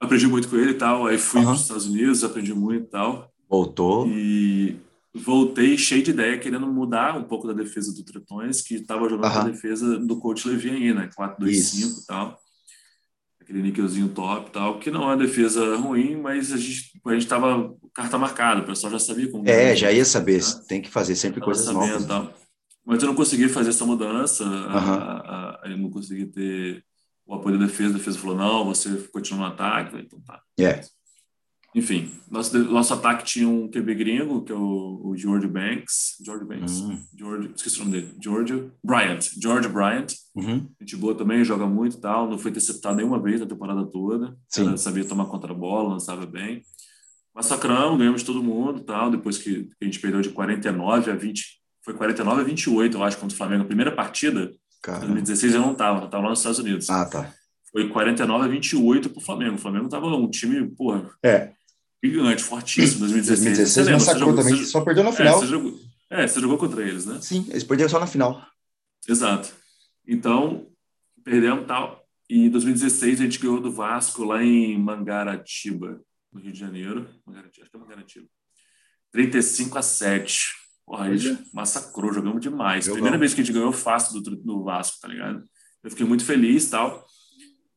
S2: aprendi muito com ele e tal, aí fui
S1: Aham.
S2: para os Estados Unidos, aprendi muito e tal.
S1: Voltou.
S2: E voltei cheio de ideia, querendo mudar um pouco da defesa do Tretões, que estava jogando
S1: Aham.
S2: a defesa do coach Levy aí, né? 4-2-5
S1: Isso.
S2: e tal. Aquele níquelzinho top e tal, que não é uma defesa ruim, mas a gente a gente tava carta marcada, o pessoal já sabia como.
S1: É, já ia saber.
S2: Tá?
S1: Tem que fazer sempre
S2: Tava
S1: coisas
S2: sabendo tá?
S1: novas. né?
S2: e tal. Mas eu não consegui fazer essa mudança, a-
S1: Aham.
S2: a- a- eu não consegui ter o apoio da defesa, a defesa falou, não, você continua no ataque, eu falei, então tá.
S1: É.
S2: Enfim, nosso, nosso ataque tinha um QB gringo, que é o, o George Banks. George Banks?
S1: Hum.
S2: George, esqueci o nome dele. George Bryant. George Bryant.
S1: Uhum.
S2: Gente boa também, joga muito e tal. Não foi interceptado nenhuma vez na temporada toda.
S1: Sim.
S2: Ela sabia tomar contra a bola, lançava bem. Massacrão, ganhamos de todo mundo e tal. Depois que a gente perdeu de 49 a 20. Foi 49 a 28, eu acho, contra o Flamengo. A primeira partida, em
S1: Cara.
S2: 2016, eu não tava. Eu tava lá nos Estados Unidos.
S1: Ah, tá.
S2: Foi 49 a 28 pro Flamengo. O Flamengo tava um time, porra,
S1: É.
S2: Gigante, fortíssimo, 2016.
S1: 2016
S2: Você lembra? Você
S1: massacrou
S2: jogou-
S1: também,
S2: você-
S1: só perdeu na
S2: É,
S1: final.
S2: você jogou, é, você jogou contra eles, né?
S1: Sim, eles perderam só na final.
S2: Exato. Então, perdemos tal. E em 2016 a gente ganhou do Vasco lá em Mangaratiba, no Rio de Janeiro. Mangaratiba, acho que é Mangaratiba. 35 a 7. Porra, a gente massacrou, jogamos demais.
S1: Jogamos.
S2: Primeira vez que a gente ganhou fácil do, do Vasco, tá ligado? Eu fiquei muito feliz e tal.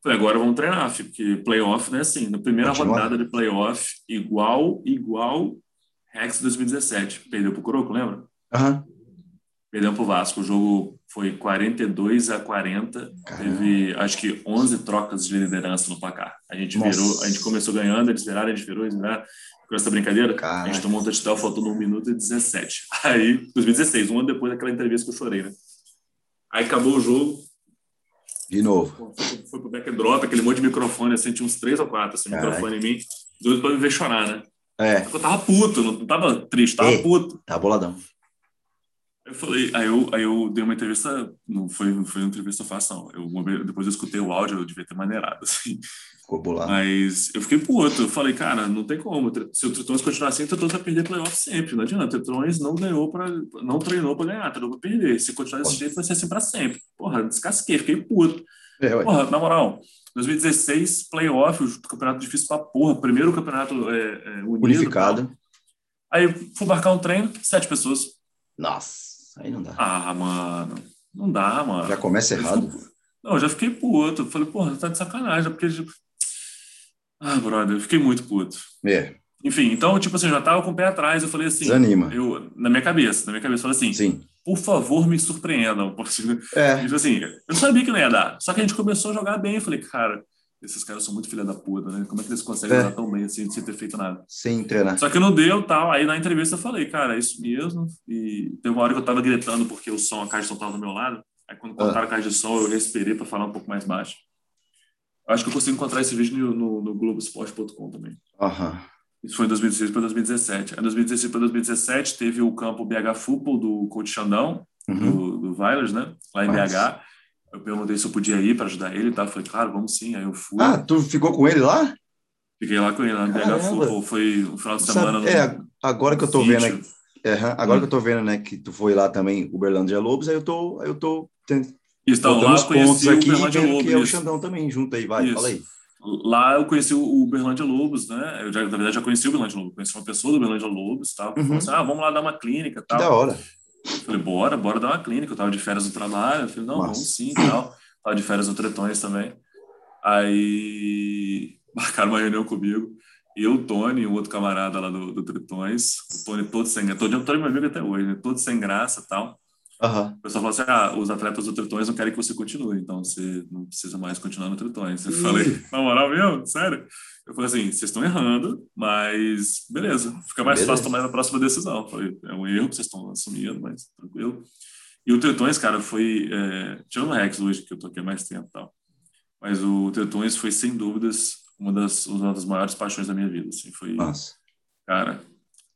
S2: Falei, agora vamos treinar, filho, porque playoff não é assim. Na primeira
S1: Continua.
S2: rodada de playoff, igual, igual Rex 2017. Perdeu pro Croco, lembra?
S1: Aham.
S2: Perdemos pro Vasco. O jogo foi 42 a 40.
S1: Caramba.
S2: Teve, acho que, 11 trocas de liderança no placar. A gente
S1: Nossa.
S2: virou, a gente começou ganhando, eles viraram, a gente virou, eles viraram. Com essa brincadeira, a
S1: Caralho.
S2: gente tomou um touchdown faltando 1 minuto e 17. Aí, 2016, um ano depois daquela entrevista que eu chorei, né? Aí acabou o jogo,
S1: De novo.
S2: Pô, Foi, pro- foi pro backdrop, aquele monte de microfone, assim, tinha uns três ou quatro, assim,
S1: Caraca.
S2: microfone em mim, doido pra me ver chorar, né?
S1: É,
S2: Só que eu tava puto, não tava triste, tava
S1: Ei.
S2: puto.
S1: tá boladão.
S2: Eu falei, aí eu, aí eu dei uma entrevista, não foi, não foi uma entrevista fácil, não. Eu, uma vez- depois eu escutei o áudio, eu devia ter maneirado, [LAUGHS] assim.
S1: Ficou bolado.
S2: Mas eu fiquei puto, eu falei, cara, não tem como, se o Tritões continuar assim, o Tritões vai perder playoff sempre, não adianta, o Tritões não ganhou pra, não treinou pra ganhar, treinou pra perder, se continuar desse jeito vai ser assim pra sempre. Porra, descasquei, fiquei puto.
S1: É, ué.
S2: Porra, na moral, 2016, playoff, o campeonato difícil pra porra. Primeiro campeonato é, é, unido.
S1: Unificado.
S2: Aí fui marcar um treino, sete pessoas.
S1: Nossa, aí não dá.
S2: Ah, mano, não dá, mano.
S1: Já começa errado.
S2: Não, eu já fiquei puto. Falei, porra, tá de sacanagem, porque. tipo, Ah, brother, eu fiquei muito puto.
S1: É,
S2: Enfim, então, tipo assim, eu já tava com o pé atrás. Eu falei assim,
S1: desanima.
S2: eu, na minha cabeça, na minha cabeça, eu falei assim,
S1: Sim. por
S2: por favor, me surpreendam. [LAUGHS] porque-
S1: É,
S2: Tipo assim, eu sabia que não ia dar. Só que a gente começou a jogar bem. Eu falei, cara, esses caras são muito filha da puta, né? Como é que eles conseguem
S1: É.
S2: jogar tão bem assim, sem ter feito nada?
S1: sem treinar.
S2: Só que não deu tal. Aí na entrevista eu falei, cara, é isso mesmo. E teve uma hora que eu tava gritando porque o som, a caixa de som tava do meu lado. Aí quando cortaram a caixa de som, eu respirei para falar um pouco mais baixo. Eu Acho que eu consigo encontrar esse vídeo no, no, no Globoesporte.com também.
S1: Aham.
S2: Isso foi em 2016 para 2017. Em 2016 para 2017 teve o campo BH Futebol do coach Xandão,
S1: Uhum.
S2: do, do Vilas, né? Lá em
S1: Mas-
S2: BH. Eu perguntei se eu podia ir para ajudar ele, tá? Eu Falei, claro, vamos sim. Aí eu fui.
S1: Ah, tu ficou com ele lá?
S2: Fiquei lá com ele, né? lá no BH
S1: Caramba.
S2: Futebol. Foi um final de
S1: Sabe-
S2: semana. no-
S1: é, agora que eu tô
S2: sítio.
S1: vendo aqui. É, aham,
S2: Hum.
S1: agora que eu tô vendo, né, que tu foi lá também, Uberlândia Lobos, aí eu tô, aí eu tô ten-
S2: Então,
S1: botando
S2: lá
S1: os
S2: eu conheci
S1: pontos
S2: o
S1: aqui e
S2: Uberlândia
S1: vendo que é o
S2: Lobos.
S1: Xandão também junto aí, vai,
S2: Isso.
S1: fala aí.
S2: Lá eu conheci o Uberlândia Lobos, né? Eu já, na verdade, já conheci o Uberlândia Lobos. Conheci uma pessoa do Uberlândia Lobos, tá? Falou
S1: Uhum.
S2: assim, ah, vamos lá dar uma clínica e
S1: Que
S2: tal.
S1: da hora.
S2: Eu Falei, bora, bora dar uma clínica. Eu tava de férias no trabalho. Eu falei, não,
S1: Massa.
S2: vamos sim e tal. Tava de férias no Tretões também. Aí [LAUGHS] marcaram uma reunião comigo. Eu, o Tony, e um outro camarada lá do, do Tretões. O Tony todo sem graça. Tony Tony é meu amigo até hoje, né? Todo sem graça e tal.
S1: Aham.
S2: O pessoal falou assim: ah, os atletas do Tretões não querem que você continue, então você não precisa mais continuar no Tretões. Eu
S1: Ih.
S2: falei, na moral mesmo? Sério? Eu falei assim: vocês estão errando, mas beleza, fica mais
S1: Beleza.
S2: fácil tomar a próxima decisão. Eu falei, é um erro que vocês estão assumindo, mas tranquilo. E o Tretões, cara, foi. É, tirando o Rex hoje, que eu tô aqui há mais tempo e tal, mas o Tretões foi, sem dúvidas, uma das, uma das maiores paixões da minha vida. Assim, foi,
S1: Nossa.
S2: Cara,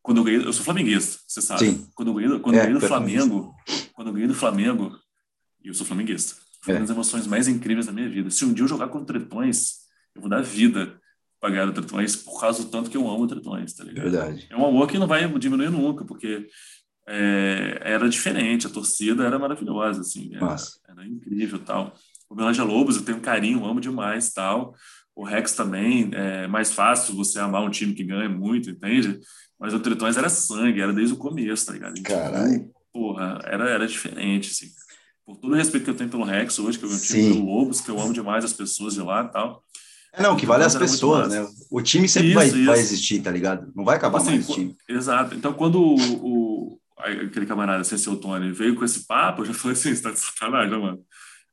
S2: quando eu ganhei, eu sou flamenguista, você sabe.
S1: Sim.
S2: Quando eu ganhei, quando
S1: É,
S2: eu ganhei do
S1: tu é
S2: Flamengo, quando eu ganhei do Flamengo, e eu sou flamenguista, foi
S1: É.
S2: uma das emoções mais incríveis da minha vida. Se um dia eu jogar contra o Tretões, eu vou dar vida pra ganhar o Tretões por causa do tanto que eu amo o Tretões, tá ligado?
S1: Verdade.
S2: É um amor que não vai diminuir nunca, porque é, era diferente, a torcida era maravilhosa, assim, era,
S1: Massa.
S2: era incrível e tal. O Melanja Lobos eu tenho um carinho, amo demais e tal. O Rex também, é mais fácil você amar um time que ganha muito, entende? Mas o Tritões era sangue, era desde o começo, tá ligado? A gente
S1: Caralho.
S2: viu, Porra, era, era diferente, assim. Por todo o respeito que eu tenho pelo Rex hoje, que eu tenho
S1: Sim.
S2: pelo Lobos, que eu amo demais as pessoas de lá e tal.
S1: É, não, o que vale é as
S2: Era muito
S1: pessoas, né?
S2: massa.
S1: O time sempre
S2: Isso,
S1: vai,
S2: isso.
S1: vai existir, tá ligado? Não vai acabar
S2: Assim,
S1: mais o
S2: co-
S1: time.
S2: Exato. Então, quando o, o- aquele camarada, sem ser o Tony, veio com esse papo, eu já falei assim, você tá de sacanagem, né, mano?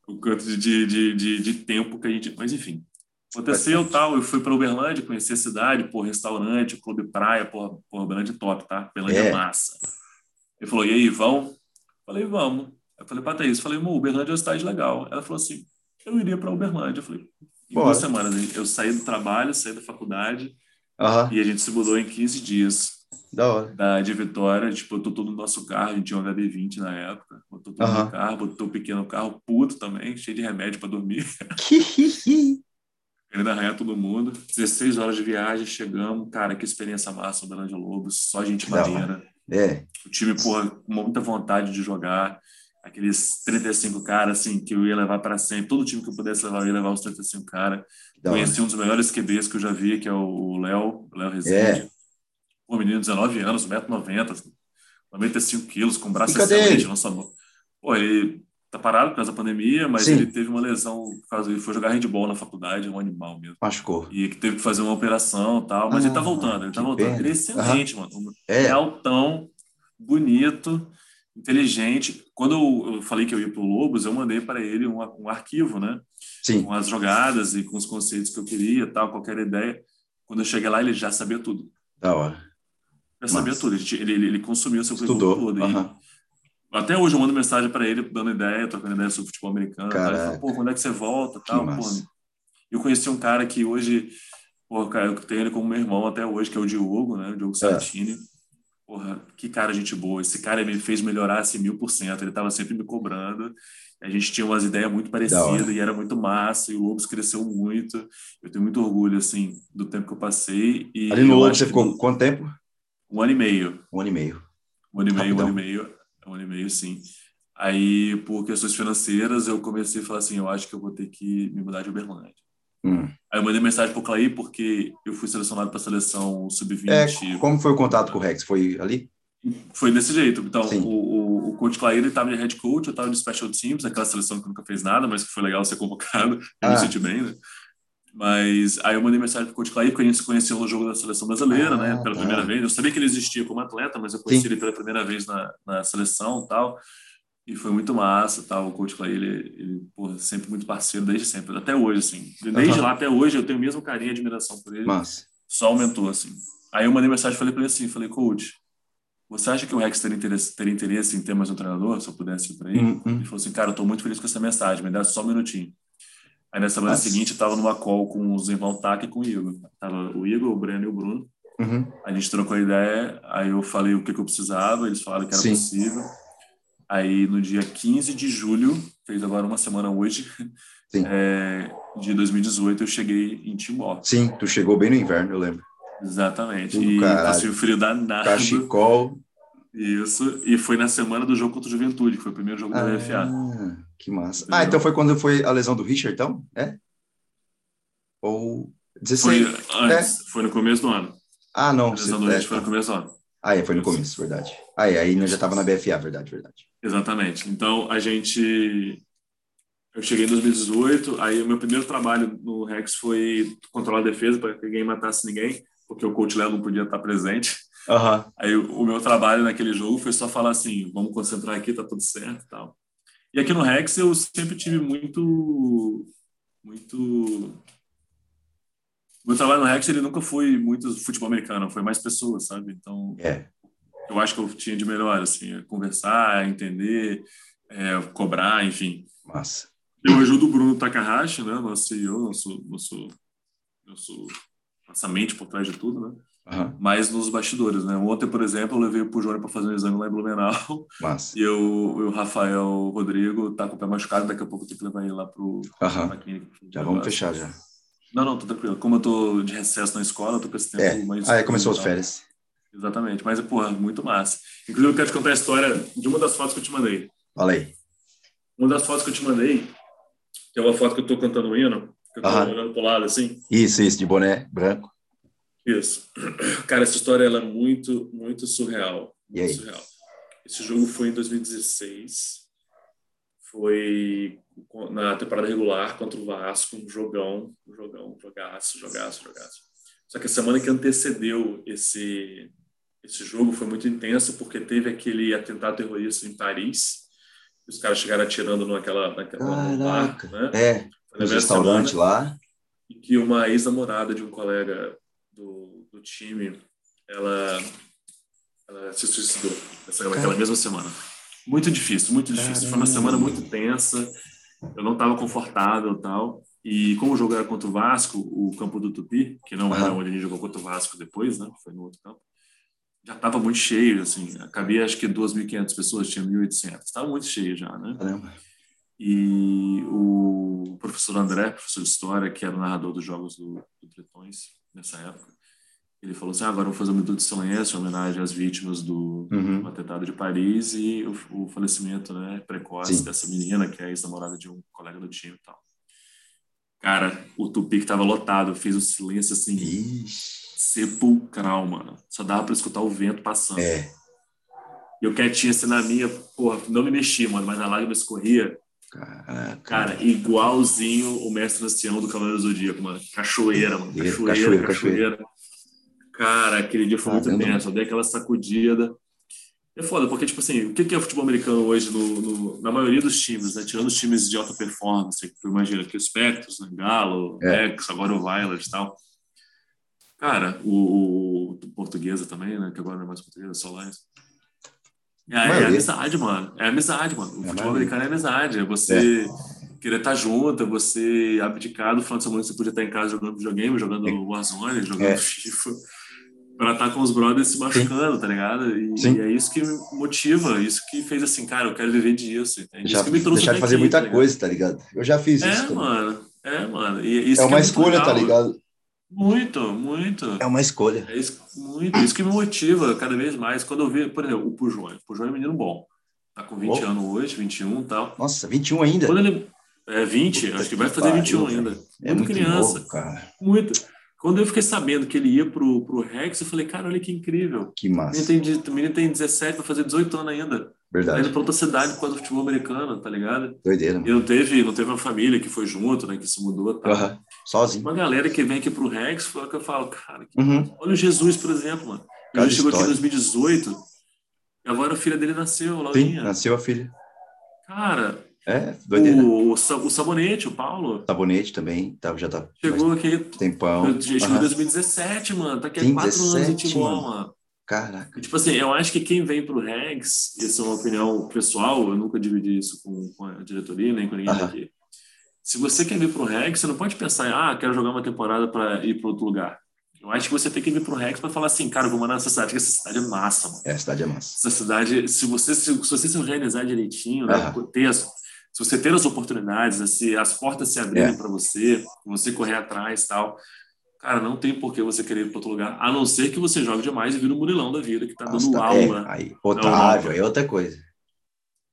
S2: O quanto de, de, de, de tempo que a gente... Mas, enfim. Aconteceu tal, eu fui para Uberlândia, conheci a cidade, pô, restaurante, clube praia, pô, pô Uberlândia é top, tá? Uberlândia
S1: É.
S2: é massa. Ele falou, e aí, vão? Falei, vamos. Eu falei pra Thaís, falei, amor, Uberlândia é uma cidade legal. Ela falou assim, eu iria para Uberlândia. Eu falei, em
S1: Bora.
S2: duas semanas, eu saí do trabalho, saí da faculdade,
S1: Aham,
S2: e a gente se mudou em 15 dias
S1: da hora.
S2: [LAUGHS] da, de Vitória, tipo, botou tudo no nosso carro, a gente tinha um HD20 na época, botou tudo
S1: Aham.
S2: no um [LAUGHS] carro, botou o pequeno carro, puto também, cheio de remédio para dormir. querendo arranhar todo mundo. 16 horas de viagem, chegamos. Cara, que experiência massa, o Belândia Lobos. Só gente
S1: Da
S2: maneira.
S1: É,
S2: O time, porra, com muita vontade de jogar. Aqueles 35 caras, assim, que eu ia levar para sempre. Todo time que eu pudesse levar, eu ia levar os 35 caras.
S1: que da hora.
S2: Conheci um dos melhores QBs que eu já vi, que é o Léo, o Léo Rezende.
S1: É.
S2: Um menino de 19 anos, 1,90m, 95 quilos, com braço
S1: E cadê
S2: excelente,
S1: ele?
S2: não só mão. Pô, ele tá parado por causa da pandemia, mas
S1: Sim.
S2: ele teve uma lesão, por causa ele foi jogar handball na faculdade, é um animal mesmo.
S1: machucou.
S2: E que teve que fazer uma operação e tal, mas
S1: Ah,
S2: ele tá voltando, ele tá
S1: que
S2: voltando.
S1: pena.
S2: Ele é excelente, mano. É
S1: É,
S2: altão, bonito, inteligente. Quando eu, eu falei que eu ia pro Lobos, eu mandei para ele um, a- um arquivo, né?
S1: sim.
S2: com as jogadas e com os conceitos que eu queria, tal, qualquer ideia. Quando eu cheguei lá, ele já sabia tudo.
S1: Da hora.
S2: Já sabia
S1: Massa.
S2: tudo. Ele, tinha- ele, ele- ele consumiu seu currículo
S1: Estudou.
S2: todo. E
S1: Aham.
S2: até hoje eu mando mensagem para ele, dando ideia, trocando ideia sobre futebol americano. Tal. Ele fala,
S1: Caraca.
S2: pô, quando é que você volta?
S1: Que
S2: Tal, pô.
S1: massa.
S2: Eu conheci um cara que hoje, pô, cara, eu tenho ele como meu irmão até hoje, que é o Diogo, né? O Diogo Santini. Porra, que cara, gente boa. Esse cara me fez melhorar assim mil por cento. Ele estava sempre me cobrando. A gente tinha umas ideias muito
S1: Da
S2: parecidas e era muito massa. E o Lobos cresceu muito. Eu tenho muito orgulho, assim, do tempo que eu passei. E
S1: Ali no
S2: eu
S1: outro
S2: acho
S1: você
S2: que
S1: ficou
S2: no-
S1: quanto tempo?
S2: Um ano e meio.
S1: Um ano e meio.
S2: Um ano e meio, um ano e
S1: Rapidão.
S2: meio, um ano e meio, sim. Aí, por questões financeiras, eu comecei a falar assim, eu acho que eu vou ter que me mudar de Uberlândia.
S1: Hum.
S2: Aí eu mandei mensagem pro Clay porque eu fui selecionado para a seleção sub-20.
S1: É, como foi o contato com o Rex? Foi ali?
S2: Foi desse jeito. Então,
S1: Sim.
S2: o, o, o coach Clay, ele estava de head coach, eu estava de special teams, aquela seleção que nunca fez nada, mas que foi legal ser convocado. Eu
S1: Ah.
S2: me senti bem, né? Mas aí eu mandei mensagem pro coach Clay, porque a gente se conheceu no jogo da seleção brasileira,
S1: Ah,
S2: né? Pela
S1: tá.
S2: primeira vez. Eu sabia que ele existia como atleta, mas eu conheci
S1: Sim.
S2: ele pela primeira vez na, na seleção e tal. E foi muito massa, tal. O coach Clay, ele, ele porra, sempre muito parceiro, desde sempre, até hoje, assim. Desde
S1: Aham.
S2: lá até hoje, eu tenho o mesmo carinho e admiração por ele
S1: Massa.
S2: só aumentou assim. Aí eu mandei mensagem e falei para ele assim, falei, coach, você acha que o Rex teria interesse, teria interesse em ter mais um treinador, se eu pudesse ir para ele?
S1: Hum, hum.
S2: Ele falou assim, cara, eu tô muito feliz com essa mensagem, me dá só um minutinho. Aí na semana
S1: Nossa.
S2: seguinte eu tava numa call com o Zenval Tac e com o Igor. Tava o Igor, o Breno e o Bruno.
S1: Uhum.
S2: A gente trocou a ideia, aí eu falei o que, que eu precisava, eles falaram que era
S1: Sim.
S2: possível. Aí no dia 15 de julho, fez agora uma semana hoje,
S1: Sim.
S2: é, de 2018, eu cheguei em Timor.
S1: Sim, tu chegou bem no inverno, eu lembro.
S2: Exatamente.
S1: Do
S2: E
S1: caralho.
S2: passei um frio danado. [LAUGHS]
S1: Cachecol.
S2: Isso. E foi na semana do jogo contra o Juventude, que foi o primeiro jogo da UFA.
S1: Ah, que massa. Ah,
S2: Entendeu?
S1: então foi quando foi a lesão do Richard, então? É? Ou
S2: Foi
S1: 16?
S2: antes, foi no começo do ano.
S1: Ah,
S2: A
S1: não.
S2: lesão do
S1: você- é,
S2: Hit foi no começo do ano.
S1: Ah, é, foi no começo, verdade. Ah, é, aí nós já tava na BFA, verdade, verdade.
S2: Exatamente. Então, a gente... Eu cheguei em 2018, aí o meu primeiro trabalho no Rex foi controlar a defesa para que ninguém matasse ninguém, porque o coach Léo não podia estar presente.
S1: Aham.
S2: Aí o o meu trabalho naquele jogo foi só falar assim, vamos concentrar aqui, tá tudo certo, e tal. E aqui no Rex eu sempre tive muito muito meu trabalho no Rex ele nunca foi muito futebol americano, foi mais pessoas, sabe? Então,
S1: É,
S2: eu acho que eu tinha de melhor assim, é conversar, entender, é, cobrar, enfim.
S1: massa.
S2: Eu ajudo o Bruno Takahashi, né, nosso CEO, nosso nosso nosso nossa mente por trás de tudo, né?
S1: Aham,
S2: mas nos bastidores, né? Ontem, por exemplo, eu levei o Pujone para fazer um exame lá em Blumenau [LAUGHS]
S1: massa.
S2: e eu, e o Rafael Rodrigo tá com o pé machucado, daqui a pouco eu tenho que levar ele lá pro
S1: Aham.
S2: pra clínica.
S1: Já vamos fechar já.
S2: Não, não, tô tranquilo. Como eu tô de recesso na escola, eu tô com esse tempo
S1: É.
S2: mais.
S1: Ah, é, começou as férias.
S2: Exatamente, mas porra, muito massa. Inclusive, eu quero te contar a história de uma das fotos que eu te mandei.
S1: Fala aí.
S2: Uma das fotos que eu te mandei, que é uma foto que eu tô cantando o hino, que eu tô
S1: Aham.
S2: olhando pro lado assim.
S1: Isso, isso, de boné branco.
S2: Isso. [CLEARS THROAT] Cara, essa história ela é muito, muito surreal.
S1: E
S2: Muito
S1: aí?
S2: surreal. Esse jogo foi em 2016. Foi co- na temporada regular contra o Vasco, um jogão, um jogão, um jogaço, jogaço, jogaço. Só que a semana que antecedeu esse esse jogo foi muito intensa porque teve aquele atentado terrorista em Paris. Os caras chegaram atirando naquela naquela num bar,
S1: Caraca.
S2: né?
S1: É,
S2: Foi na
S1: nos
S2: mesma
S1: restaurantes
S2: semana
S1: lá.
S2: e que uma ex-namorada de um colega do, do time, ela, ela se suicidou nessa, naquela
S1: Cara.
S2: mesma semana. Muito difícil, muito difícil. Foi uma
S1: Caramba.
S2: semana muito tensa, eu não estava confortável e tal. E como o jogo era contra o Vasco, o campo do Tupi, que não era
S1: Aham.
S2: onde a gente jogou contra o Vasco depois, né? Foi no outro campo. Já estava muito cheio, assim. Cabia acho que 2.500 pessoas, tinha 1.800. Estava muito cheio já, né?
S1: Caramba.
S2: E o professor André, professor de História, que era o narrador dos Jogos do, do Tretões nessa época, ele falou assim, ah, agora eu vou fazer um minuto de silêncio em homenagem às vítimas do,
S1: Uhum.
S2: do atentado de Paris e o, o falecimento né, precoce
S1: Sim.
S2: dessa menina, que é ex-namorada de um colega do time e tal. Cara, o Tupi que tava lotado, fez um silêncio assim,
S1: Ixi.
S2: sepulcral, mano. Só dava pra escutar o vento passando.
S1: É,
S2: E eu quietinho assim na minha, porra, não me mexi, mano, mas a lágrima escorria.
S1: caraca.
S2: Cara, igualzinho o mestre ancião do Cavaleiro do Zodíaco, mano. Cachoeira, mano. Cachoeira,
S1: Cachoeira,
S2: cachoeira.
S1: cachoeira, cachoeira.
S2: Cara, aquele dia foi muito
S1: Caramba.
S2: tenso. Eu dei aquela sacudida. É foda, porque, tipo assim, o que que é o futebol americano hoje no, no- na maioria dos times, né? Tirando os times de alta performance, que tu imagina aqui o Spectros, né? Galo,
S1: É.
S2: Rex, agora o Violet e tal. Cara, o, o, o portuguesa também, né? Que agora não é mais portuguesa, é só lá. É, é
S1: Maioria.
S2: amizade, mano. É amizade, mano. O
S1: É
S2: futebol
S1: maioria.
S2: americano é amizade. É você querer estar junto, é você abdicar do final de semana que você podia estar em casa jogando videogame, jogando
S1: É.
S2: Warzone, jogando
S1: É.
S2: FIFA, pra estar com os brothers se machucando, tá ligado? E,
S1: Sim.
S2: e é isso que me motiva, isso que fez assim, cara, eu quero viver disso. entende?
S1: Já
S2: isso que me trouxe
S1: deixar de
S2: até
S1: fazer
S2: aqui,
S1: muita
S2: tá ligado?
S1: coisa, tá ligado? Eu já fiz isso.
S2: É,
S1: também.
S2: mano. É, mano. E isso
S1: É
S2: que
S1: uma
S2: muito
S1: escolha, tá
S2: legal.
S1: ligado?
S2: Muito, muito.
S1: É uma escolha.
S2: É isso, muito, isso que me motiva cada vez mais. Quando eu vejo, por exemplo, o Pujol. O Pujol é um menino bom. Tá com 20
S1: Bom.
S2: anos hoje, 21 e tal.
S1: Nossa, 21 ainda.
S2: Quando ele é 20, acho que vai fazer
S1: pariu,
S2: 21
S1: velho.
S2: ainda.
S1: É
S2: muito
S1: muito
S2: criança.
S1: novo, cara.
S2: Muito. Quando eu fiquei sabendo que ele ia pro, pro Rex, eu falei, cara, olha que incrível.
S1: Que
S2: O menino
S1: massa.
S2: tem, de- o menino tem 17, vai fazer 18 anos ainda. Tá
S1: Verdade.
S2: indo pra outra cidade por causa do futebol americano, tá ligado?
S1: Doideira, mano.
S2: E não teve, não teve uma família que foi junto, né? Que se mudou e tal.
S1: Aham. Sozinho.
S2: Uma galera que vem aqui pro Rex, foi o que eu falo, cara, que
S1: Uhum.
S2: Olha o Jesus, por exemplo, mano.
S1: Cada
S2: Jesus chegou aqui em
S1: história.
S2: 2018, e agora a filha dele nasceu,
S1: Sim,
S2: Laurinha.
S1: nasceu a filha.
S2: Cara,
S1: É, doideira.
S2: o, o, sa- o Sabonete, o Paulo,
S1: Sabonete também, tá, já tá faz
S2: chegou aqui.
S1: tempão.
S2: Chegou em
S1: Então, Aham.
S2: 2017, mano. Tá aqui há
S1: Sim,
S2: quatro anos em
S1: 17,
S2: Timor,
S1: mano.
S2: mano.
S1: Caraca.
S2: Tipo assim, eu acho que quem vem pro Regs, isso é uma opinião pessoal, eu nunca dividi isso com, com a diretoria, nem com ninguém
S1: Aham.
S2: daqui. Se você quer vir pro Regs, você não pode pensar, em, ah, quero jogar uma temporada para ir para outro lugar. Eu acho que você tem que vir pro Regs para falar assim, cara, eu vou mandar nessa cidade, que essa cidade é massa, mano.
S1: É, a cidade é massa.
S2: essa cidade, se você se, se você se organizar direitinho, né,
S1: Aham.
S2: ter as- se você ter as oportunidades, né, se as portas se abrirem
S1: É.
S2: para você, você correr atrás e tal, cara, não tem por que você querer ir para outro lugar, a não ser que você jogue demais e vira o Murilão da vida, que tá
S1: Nossa,
S2: dando
S1: tá-
S2: aula.
S1: É, aí, Otávio,
S2: Não,
S1: aí é outra coisa.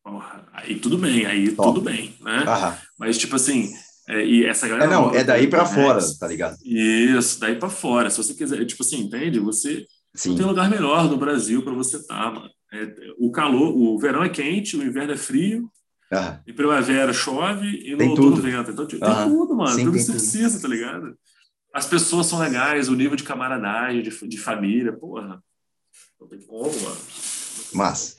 S2: Porra, Aí tudo bem, aí
S1: Top.
S2: tudo bem, né?
S1: Aham.
S2: Mas tipo assim, é, né? e essa galera...
S1: É, não,
S2: nova
S1: é daí pra
S2: do
S1: fora,
S2: Rex,
S1: tá ligado?
S2: Isso, daí para fora. Se você quiser, tipo assim, entende? Você
S1: Sim.
S2: Não tem lugar melhor no Brasil para você estar, mano. É, o calor, o verão é quente, o inverno é frio,
S1: Aham.
S2: em primavera chove e no
S1: Tem
S2: outono
S1: tudo.
S2: venta. Então tem
S1: Aham.
S2: tudo, mano.
S1: Sim,
S2: tudo que
S1: tem
S2: você
S1: tudo.
S2: precisa, tá ligado? As pessoas são legais, o nível de camaradagem, de, de família, porra. Não tem como, mano. Não tem como.
S1: Massa.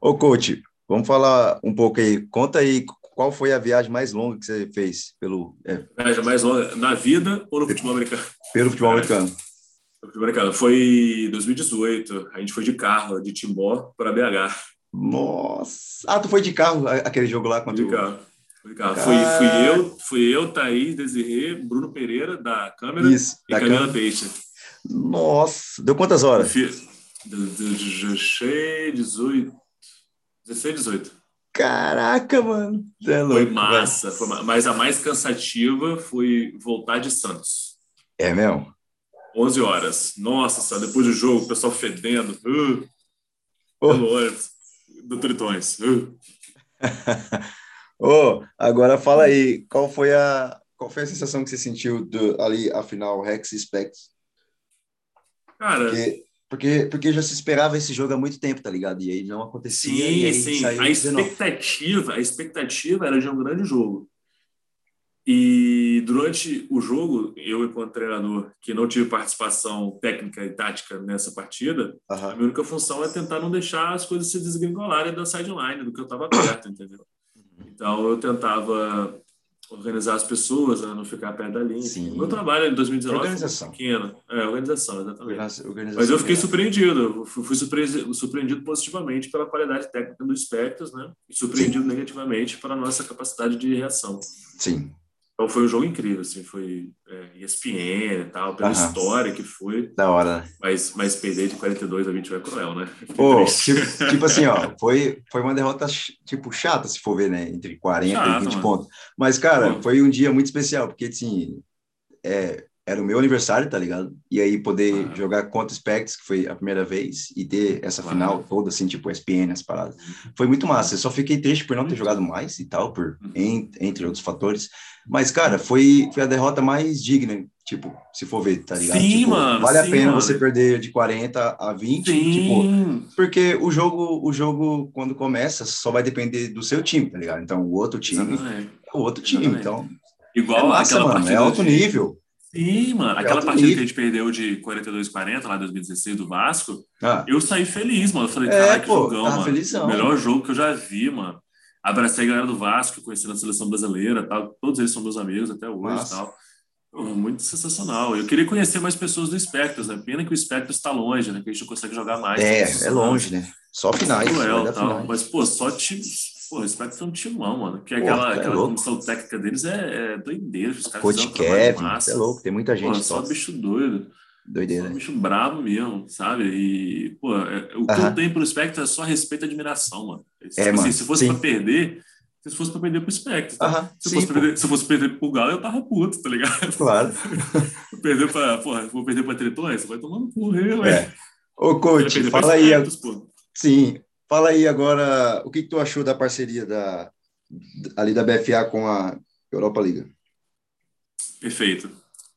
S1: Ô, coach, vamos falar um pouco aí. Conta aí qual foi a viagem mais longa que você fez pelo, é,
S2: Viagem mais longa na vida ou no futebol americano? [LAUGHS]
S1: pelo futebol americano?
S2: No futebol americano. Foi 2018. A gente foi de carro, de Timbó para BH.
S1: Nossa! Ah, tu foi de carro a- aquele jogo lá
S2: Fui
S1: contra
S2: de
S1: o...
S2: carro. Fui, de carro.
S1: Cara.
S2: fui, fui eu, fui eu, Thaís, Desirê, Bruno Pereira, da câmera,
S1: Isso,
S2: e
S1: da
S2: Camila
S1: câmera.
S2: Peixe.
S1: Nossa! Deu quantas horas?
S2: Fi- de- de- de- 16, 18. 16, 18.
S1: Caraca, mano! Cê É
S2: Foi
S1: louco,
S2: massa, foi ma- mas a mais cansativa foi voltar de Santos.
S1: velho. É mesmo?
S2: 11 horas. Nossa, senhora, depois do jogo, o pessoal fedendo. Uh,
S1: Ô.
S2: pelo ônibus do Tritões. Uh.
S1: Ô, agora fala aí, qual foi a, qual foi a sensação que você sentiu do, ali, afinal, Rex e Specs?
S2: Cara,
S1: Porque, porque, porque já se esperava esse jogo há muito tempo, tá ligado? E aí não acontecia, e
S2: Sim,
S1: aí
S2: sim.
S1: saiu
S2: A
S1: 19.
S2: expectativa, a expectativa era de um grande jogo. E durante o jogo, eu, enquanto treinador, que não tive participação técnica e tática nessa partida, a
S1: Aham.
S2: minha única função é tentar não deixar as coisas se desgringolarem da sideline, do que eu estava perto, entendeu? Então, eu tentava organizar as pessoas, né, não ficar perto da linha.
S1: Sim.
S2: O Meu trabalho em 2019 foi
S1: Organização.
S2: pequeno. É, organização, exatamente.
S1: Organização. é.
S2: Mas eu fiquei surpreendido, eu fui fui surpreendido, surpreendido positivamente pela qualidade técnica do Spectros, né? E surpreendido negativamente pela nossa capacidade de reação.
S1: Sim,
S2: Então foi um jogo incrível, assim, foi é, ESPN e tal, pela
S1: Aham.
S2: história que foi,
S1: Da hora, né?
S2: mas, mas perder de 42 a 20 é cruel, né?
S1: Pô,
S2: Triste.
S1: tipo, tipo assim,
S2: [LAUGHS]
S1: ó, foi, foi uma derrota, ch- tipo, chata, se for ver, né? Entre 40
S2: Chata,
S1: e 20
S2: mano.
S1: pontos. Mas, cara,
S2: Pô.
S1: foi um dia muito especial, porque, assim, é, era o meu aniversário, tá ligado? E aí poder
S2: Ah.
S1: jogar contra o Spectres, que foi a primeira vez, e ter essa
S2: Claro.
S1: final toda, assim, tipo, SPN, as paradas. Foi muito massa. Eu só fiquei triste por não ter jogado mais e tal, por,
S2: Uhum.
S1: en- entre outros fatores. Mas, cara, foi, foi a derrota mais digna, tipo, se for ver, tá ligado?
S2: Sim,
S1: Tipo,
S2: mano,
S1: Vale a
S2: sim,
S1: pena
S2: mano.
S1: você perder de 40 a 20, tipo...
S2: Sim,
S1: Porque o jogo, o jogo, quando começa, só vai depender do seu time, tá ligado? Então, o outro time
S2: exatamente.
S1: é o outro time.
S2: Exatamente.
S1: Então, é
S2: Igual
S1: massa,
S2: aquela
S1: mano.
S2: partida
S1: É alto
S2: de-
S1: nível.
S2: Sim, mano. Aquela
S1: alto
S2: partida que a
S1: nível.
S2: gente perdeu de 42 40 lá em 2016 do Vasco,
S1: Ah,
S2: eu saí feliz, mano. Eu falei,
S1: É,
S2: caralho, que
S1: pô,
S2: jogão,
S1: tava
S2: mano.
S1: felizão.
S2: O melhor jogo que eu já vi, mano. Abracei a galera do Vasco, conheci na seleção brasileira, tal. Todos eles são meus amigos até hoje,
S1: Massa.
S2: tal. Pô, Muito sensacional. Eu queria conhecer mais pessoas do Spectros, né? Pena que o Spectros está longe, né? Que a gente não consegue jogar mais.
S1: é, é longe, né? Só finais. vai
S2: Cruel,
S1: dar
S2: tal.
S1: finais.
S2: é, tá. Mas, pô, só time. Pô, o Spectros é um timão, mano. Que
S1: Pô,
S2: aquela,
S1: tá
S2: aquela
S1: louco.
S2: comissão técnica deles é, é doideira. Os caras
S1: Coach
S2: fizeram um trabalho
S1: Kevin,
S2: massa.
S1: cê é louco. Tem muita
S2: Pô,
S1: gente
S2: só
S1: top.
S2: bicho doido. Só
S1: Doideira, né?
S2: bicho brabo mesmo, sabe? E, pô, é- o que
S1: Aham.
S2: eu tenho pro Spectre é só respeito e admiração, mano. Tipo
S1: É,
S2: assim,
S1: mano,
S2: se fosse
S1: sim.
S2: pra perder, se fosse pra perder pro Spectre. tá?
S1: Aham,
S2: Se, eu
S1: sim,
S2: fosse
S1: pô,
S2: perder, se eu fosse perder pro Galo, eu tava puto, tá ligado?
S1: [LAUGHS]
S2: [LAUGHS]
S1: claro.
S2: Perder pra, porra, vou perder pra Tretões, vai tomando porra, velho.
S1: É. Ô,
S2: Vai
S1: coach,
S2: perder pra
S1: fala aí, a-
S2: Spectres, pô.
S1: sim, fala aí agora o que, que tu achou da parceria da, ali da BFA com a Europa Liga.
S2: Perfeito.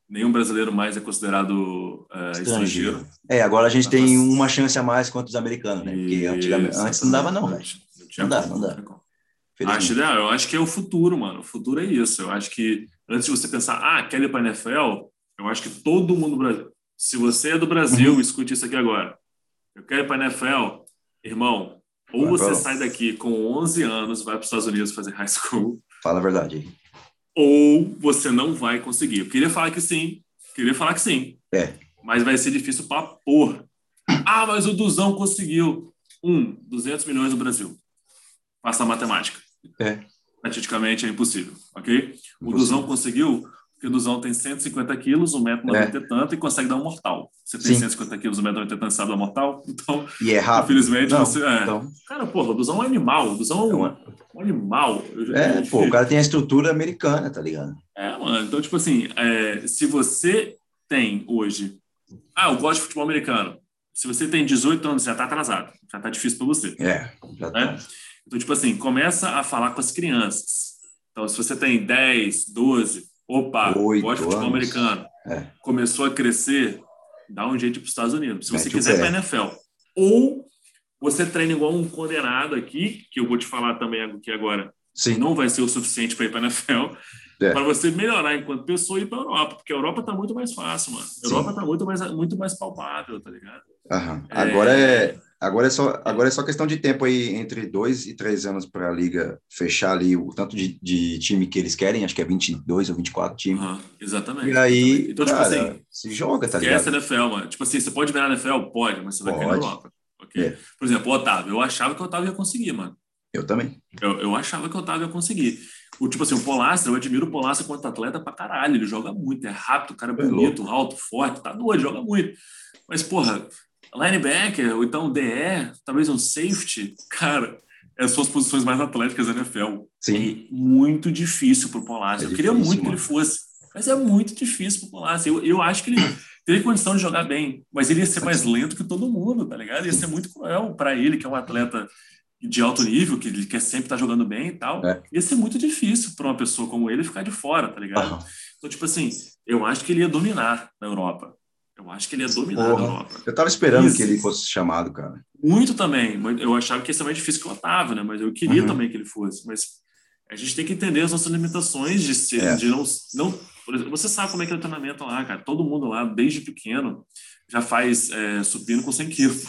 S2: Nenhum brasileiro mais é considerado eh,
S1: Estrangeiro.
S2: estrangeiro.
S1: É, agora a gente
S2: Ah,
S1: tem
S2: mas-
S1: uma chance a mais contra os americanos, né? Porque
S2: E-
S1: antigamente, antes não dava, não, velho.
S2: exatamente. tinha
S1: Não dá,
S2: como,
S1: não dá.
S2: tinha como.
S1: Felizmente.
S2: Acho, não, eu acho que é o futuro, mano. O futuro é isso. Eu acho que antes de você pensar, ah, quero ir para NFL, eu acho que todo mundo do Brasil. Se você é do Brasil,
S1: Uhum.
S2: escute isso aqui agora. Eu quero ir para NFL, irmão. Ou
S1: Vai,
S2: você
S1: vai.
S2: sai daqui com 11 anos, vai para os Estados Unidos fazer high school,
S1: Fala a verdade. aí.
S2: ou você não vai conseguir. Eu queria falar que sim, queria falar que sim.
S1: É.
S2: Mas vai ser difícil pra porra. Ah, mas o Duzão conseguiu. Um, 200 milhões no Brasil. Passa a matemática.
S1: É.
S2: Estatisticamente é impossível, ok? O
S1: Impossível.
S2: Duzão conseguiu, porque o Duzão tem 150 quilos, 1,90m e tanto, e consegue dar um mortal. Você tem
S1: Sim.
S2: 150 quilos, 1,90m e tanto, sabe dar um mortal? Então,
S1: E é rápido.
S2: infelizmente,
S1: Não,
S2: você... É.
S1: Então,
S2: Cara, porra, o Duzão é um animal. O Duzão é um, um animal. Eu já-
S1: é,
S2: eu
S1: pô, o
S2: já-
S1: cara tem a estrutura americana, tá ligado?
S2: é, mano. Então, tipo assim, é, se você tem hoje. Ah, eu gosto de futebol americano. Se você tem 18 anos, já tá atrasado. Já tá difícil para você.
S1: É, já tá.
S2: Então, tipo assim, começa a falar com as crianças. Então, se você tem 10, 12, opa,
S1: Oito
S2: gosto de futebol
S1: anos.
S2: americano.
S1: É.
S2: Começou a crescer, dá um jeito para os Estados Unidos. Se você
S1: Mete o
S2: quiser,
S1: pé.
S2: vai na NFL. Ou você treina igual um condenado aqui, que eu vou te falar também aqui agora
S1: Sim,
S2: não vai ser o suficiente para ir para a NFL,
S1: É.
S2: para você melhorar enquanto pessoa e ir para a Europa, porque a Europa tá muito mais fácil, mano. A Europa tá muito mais, muito mais palpável, tá ligado?
S1: aham. Agora é. Agora é, só, agora é só questão de tempo aí, entre dois e três anos para a liga fechar ali o tanto de, de time que eles querem, acho que é 22 ou 24 times.
S2: Aham, exatamente.
S1: E aí,
S2: Então, tipo
S1: cara,
S2: assim,
S1: se joga, tá
S2: Esquece
S1: ligado?
S2: a NFL, mano. Tipo assim, você pode virar na NFL? Pode, mas você vai cair na
S1: Pode.
S2: Europa. ok?
S1: É.
S2: Por exemplo, o Otávio. Eu achava que o Otávio ia conseguir, mano.
S1: Eu também.
S2: Eu, eu achava que o Otávio ia conseguir. O, tipo assim, o Polastra, eu admiro o Polastra quanto atleta pra caralho. Ele joga muito, é rápido, o cara é
S1: É
S2: bonito, alto, forte, tá doido, joga muito. Mas, porra, linebacker, ou então DE, talvez um safety, [LAUGHS] cara, essas são as posições mais atléticas da NFL.
S1: Sim,
S2: É muito difícil pro Polastra.
S1: É
S2: eu queria
S1: difícil,
S2: muito que
S1: mano.
S2: ele fosse, mas é muito difícil pro Polastra. Eu, eu acho que ele teria condição de jogar bem, mas ele ia ser mais lento que todo mundo, tá ligado? Ia ser muito cruel para ele, que é um atleta de alto nível, que ele quer sempre estar jogando bem e tal.
S1: É.
S2: Ia ser muito difícil para uma pessoa como ele ficar de fora, tá ligado?
S1: aham.
S2: Então, tipo assim, eu acho que ele ia dominar na Europa. Eu acho que ele ia dominar
S1: Porra.
S2: na Europa.
S1: Eu tava esperando
S2: Isso.
S1: que ele fosse chamado, cara.
S2: Muito também. mas Eu achava que ia ser mais difícil que o Otávio, né? Mas eu queria
S1: Uhum.
S2: também que ele fosse. Mas a gente tem que entender as nossas limitações de, ser,
S1: É.
S2: de não, não. Por exemplo, você sabe como é que é o treinamento lá, cara. Todo mundo lá, desde pequeno, já faz é, supino com
S1: [LAUGHS]
S2: 100 quilos.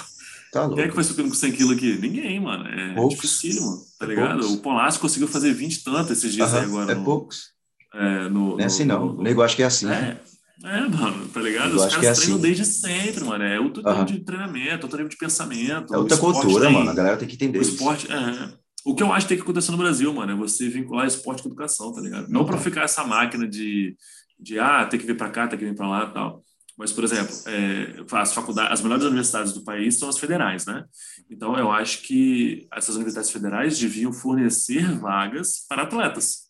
S1: Tá
S2: Quem é que
S1: louco.
S2: faz supino com 100 quilos aqui? Ninguém, mano. É
S1: Poucos. É
S2: dificílimo, tá ligado?
S1: Poucos.
S2: O Polasco conseguiu fazer 20 e tanto esses dias aí
S1: Aham,
S2: agora.
S1: É
S2: no-
S1: poucos.
S2: é, no,
S1: Não é
S2: no-
S1: assim, não.
S2: no-
S1: O nego acha que é assim. né?
S2: é, é, mano, tá ligado?
S1: Eu
S2: Os
S1: acho que
S2: caras
S1: é
S2: treinam
S1: assim.
S2: desde sempre, mano. É outro tipo
S1: Aham.
S2: de treinamento, outro tipo de pensamento.
S1: É outra
S2: O esporte
S1: cultura,
S2: tem-
S1: mano. A galera tem que entender
S2: O
S1: isso.
S2: esporte, é, O que eu acho que tem que acontecer no Brasil, mano, é você vincular esporte com educação, tá ligado? Não para
S1: É.
S2: ficar essa máquina de, de ah, tem que vir para cá, tem que vir para lá tal. Mas, por exemplo, é, as faculdades, as melhores universidades do país são as federais, né? Então, eu acho que essas universidades federais deviam fornecer vagas para atletas.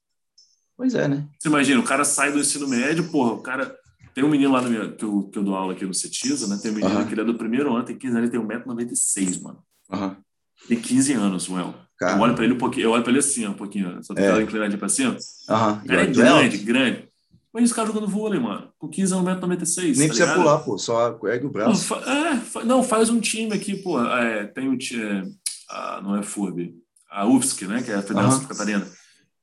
S1: Pois é, né?
S2: Você imagina, o cara sai do ensino médio, porra, o cara. Tem um menino lá no meu, que, eu, que eu dou aula aqui no Cetisa, né? Tem um menino
S1: Aham.
S2: que ele é do primeiro ano, tem 15 anos, ele tem 1,96m, mano.
S1: Aham.
S2: Tem 15 anos, Well.
S1: Cara.
S2: Eu olho pra ele um pouquinho, eu olho pra ele assim, ó, um pouquinho, ó, só pra
S1: É.
S2: ela inclinar de pra cima.
S1: Aham.
S2: O
S1: E
S2: cara é
S1: olha, tu é alto.
S2: grande, grande. Mas esse cara jogando vôlei, mano. Com 15 anos, 1,96m.
S1: Nem precisa pular, né? pô. Só ergue o
S2: tá Não,
S1: braço.
S2: fa- é, fa- não, faz um time aqui, pô. É, tem um time. é, ah, não é FURB. A UFSC, né? Que é a Federação
S1: Aham.
S2: Catarina.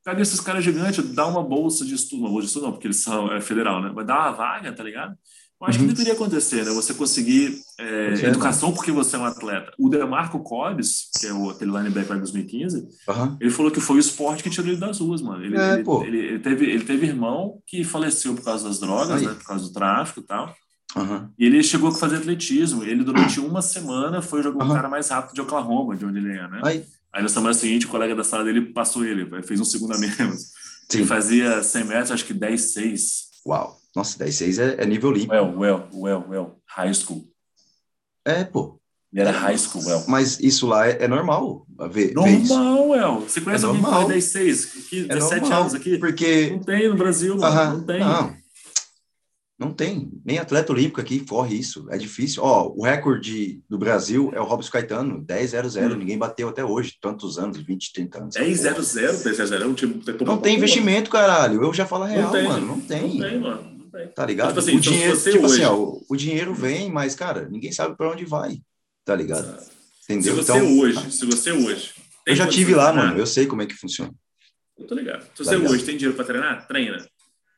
S2: Cadê esses caras gigantes? Dá uma bolsa de estudo. Uma bolsa de estudo não, porque eles são é, federal, né? Mas dá uma vaga, tá ligado? Eu acho
S1: Uhum.
S2: que deveria acontecer, né? Você conseguir é,
S1: Pois é,
S2: educação porque você é um atleta. O Demarco Cobbs, que é o, aquele linebacker lá de 2015,
S1: Aham.
S2: ele falou que foi o esporte que tirou ele das ruas, mano. Ele,
S1: É,
S2: ele-
S1: pô.
S2: ele- ele teve, ele teve irmão que faleceu por causa das drogas,
S1: Aí.
S2: né? Por causa do tráfico e tal.
S1: Aham.
S2: E ele chegou a fazer atletismo.
S1: [CLEARS THROAT]
S2: Ele, durante uma semana, foi jogar o
S1: Aham.
S2: cara mais rápido de Oklahoma, de onde ele é, né?
S1: Aí.
S2: Aí, na semana seguinte, o colega da sala dele passou ele, fez um segundo a menos.
S1: Sim.
S2: Ele fazia 100 metros, acho que 10, 6.
S1: Uau. Nossa, 10-6 é, é nível limpo.
S2: Well, well, well, well. High school.
S1: É, pô.
S2: Ele era high school, well.
S1: Mas isso lá é, é normal. Ver, ver isso.
S2: Normal, well. Você conhece
S1: É
S2: alguém que faz
S1: normal.
S2: 10, 6, 15,
S1: É
S2: 17
S1: normal,
S2: anos aqui?
S1: Porque.
S2: Não tem no Brasil, mano.
S1: Aham.
S2: Não tem.
S1: Não. Não tem. Nem atleta olímpico aqui corre isso. É difícil. Ó, o recorde do Brasil é o Robson Caetano, 10-0-0.
S2: Hum. É,
S1: Ninguém bateu até hoje, tantos anos, 20, 30 anos.
S2: 10, 0, 0, 10, 0, 0. É um time que
S1: Não tem investimento, caralho. Eu já falo a real,
S2: Não tem.
S1: mano. Não tem.
S2: Não tem, mano. Não tem.
S1: Tá ligado?
S2: Tipo assim,
S1: o
S2: então, se
S1: dinheiro,
S2: você
S1: tipo assim,
S2: hoje-
S1: ó, o, o dinheiro vem, mas, cara, ninguém sabe para onde vai. Tá ligado?
S2: Se
S1: Entendeu?
S2: você
S1: então,
S2: hoje, se você hoje.
S1: eu já
S2: tem
S1: tive lá,
S2: condições de
S1: mano. Eu sei como é que funciona.
S2: Eu tô ligado. Se
S1: Tá
S2: você
S1: ligado.
S2: hoje tem dinheiro para treinar, treina.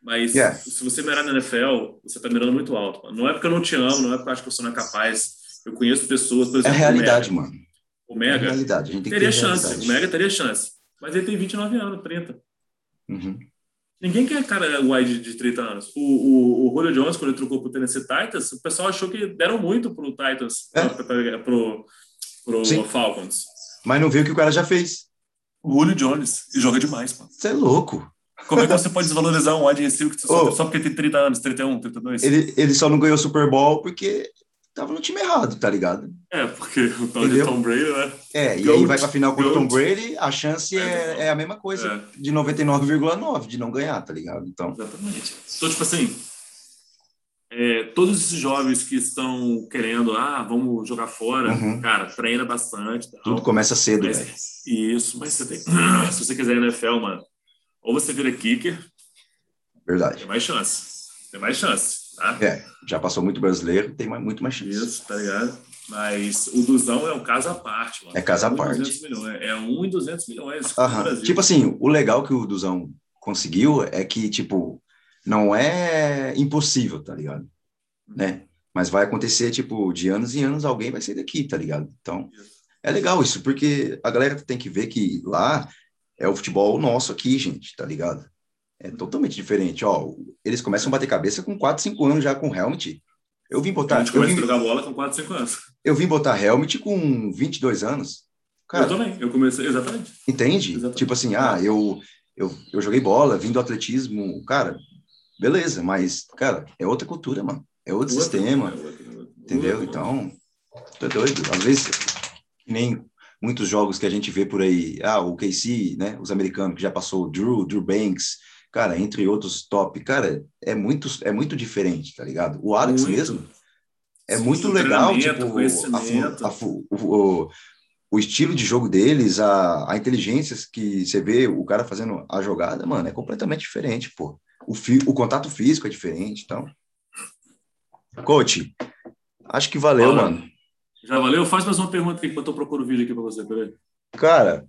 S2: Mas
S1: Yeah.
S2: se você mirar na NFL, você tá mirando muito alto. mano. Não é porque eu não te amo, não é porque eu acho que eu sou não é capaz. Eu conheço pessoas, por
S1: É a
S2: exemplo,
S1: realidade, mano.
S2: o
S1: É a
S2: Mega, o Mega
S1: realidade. A gente tem que ter
S2: teria chance.
S1: realidade.
S2: O Mega teria chance. Mas ele tem 29 anos, 30.
S1: Uhum.
S2: Ninguém quer cara wide de 30 anos. O, o, o Julio Jones, quando ele trocou pro Tennessee Titans, o pessoal achou que deram muito pro Titans,
S1: É.
S2: pra- pra- pro, pro
S1: Sim.
S2: Falcons.
S1: Mas não viu o que o cara já fez.
S2: O Julio Jones joga demais, mano.
S1: Você é louco.
S2: Como é que você pode desvalorizar um wide receiver que você só,
S1: Ô.
S2: só porque tem 30 anos, 31, 32?
S1: Ele, ele só não ganhou o Super Bowl porque tava no time errado, tá ligado?
S2: É, porque o tal de
S1: Entendeu?
S2: Tom Brady, né?
S1: É, e
S2: Goat,
S1: aí vai pra final contra o Tom
S2: goat.
S1: Brady, a chance é, é a mesma coisa
S2: É,
S1: de 99,9 de não ganhar, tá ligado? Então,
S2: exatamente. Então, tipo assim, é, todos esses jovens que estão querendo, ah, vamos jogar fora,
S1: Uhum.
S2: cara, treina bastante. Tal,
S1: tudo começa cedo,
S2: mas-
S1: velho.
S2: Isso, mas você tem. [CLEARS THROAT] Se você quiser NFL, mano, ou você vira kicker,
S1: Verdade.
S2: tem mais chance. Tem mais chance, tá?
S1: É, já passou muito brasileiro, tem mais- muito mais chance.
S2: Isso, tá ligado? Mas o Duzão é um caso à parte, mano.
S1: É caso à
S2: um em
S1: parte.
S2: 200 milhões. É um em 200 milhões. no
S1: Aham.
S2: Brasil.
S1: Tipo assim, o legal que o Duzão conseguiu é que, tipo, não é impossível, tá ligado?
S2: Uhum.
S1: Né? Mas vai acontecer, tipo, de anos em anos alguém vai sair daqui, tá ligado? Então, é legal isso, porque a galera tem que ver que lá é o futebol nosso aqui, gente, tá ligado?
S2: Uhum.
S1: É totalmente diferente, ó. Eles começam a bater cabeça com 4, 5 anos já com helmet. Eu vim
S2: a
S1: botar,
S2: gente
S1: assim, eu
S2: começa a
S1: vim,
S2: jogar bola com 4, 5 anos.
S1: eu vim botar helmet com 22 anos. Cara,
S2: eu também, eu comecei, exatamente.
S1: Entende?
S2: Exatamente.
S1: Tipo assim, ah, eu, eu, eu joguei bola, vim do atletismo, cara, beleza, mas, cara, é outra cultura, mano. É outro
S2: Outro,
S1: sistema,
S2: outro, outro, outro.
S1: entendeu?
S2: Outro.
S1: Então, tu é doido. Às vezes, que nem muitos jogos que a gente vê por aí, ah, o KC, né, os americanos que já passou, o Drew, Drew Banks, cara, entre outros top, cara, é muito, é muito diferente, tá ligado? O Alex
S2: Muito.
S1: mesmo, é
S2: Sim,
S1: muito legal,
S2: treinamento,
S1: tipo, a fu-
S2: conhecimento.
S1: a fu- o, o- o estilo de jogo deles, a, a inteligência que você vê o cara fazendo a jogada, mano, é completamente diferente, pô. O, fi- o contato físico é diferente, então. Coach, acho que valeu,
S2: Fala.
S1: mano.
S2: Já valeu? Faz mais uma pergunta aqui enquanto eu procuro o vídeo aqui pra você, peraí.
S1: Cara,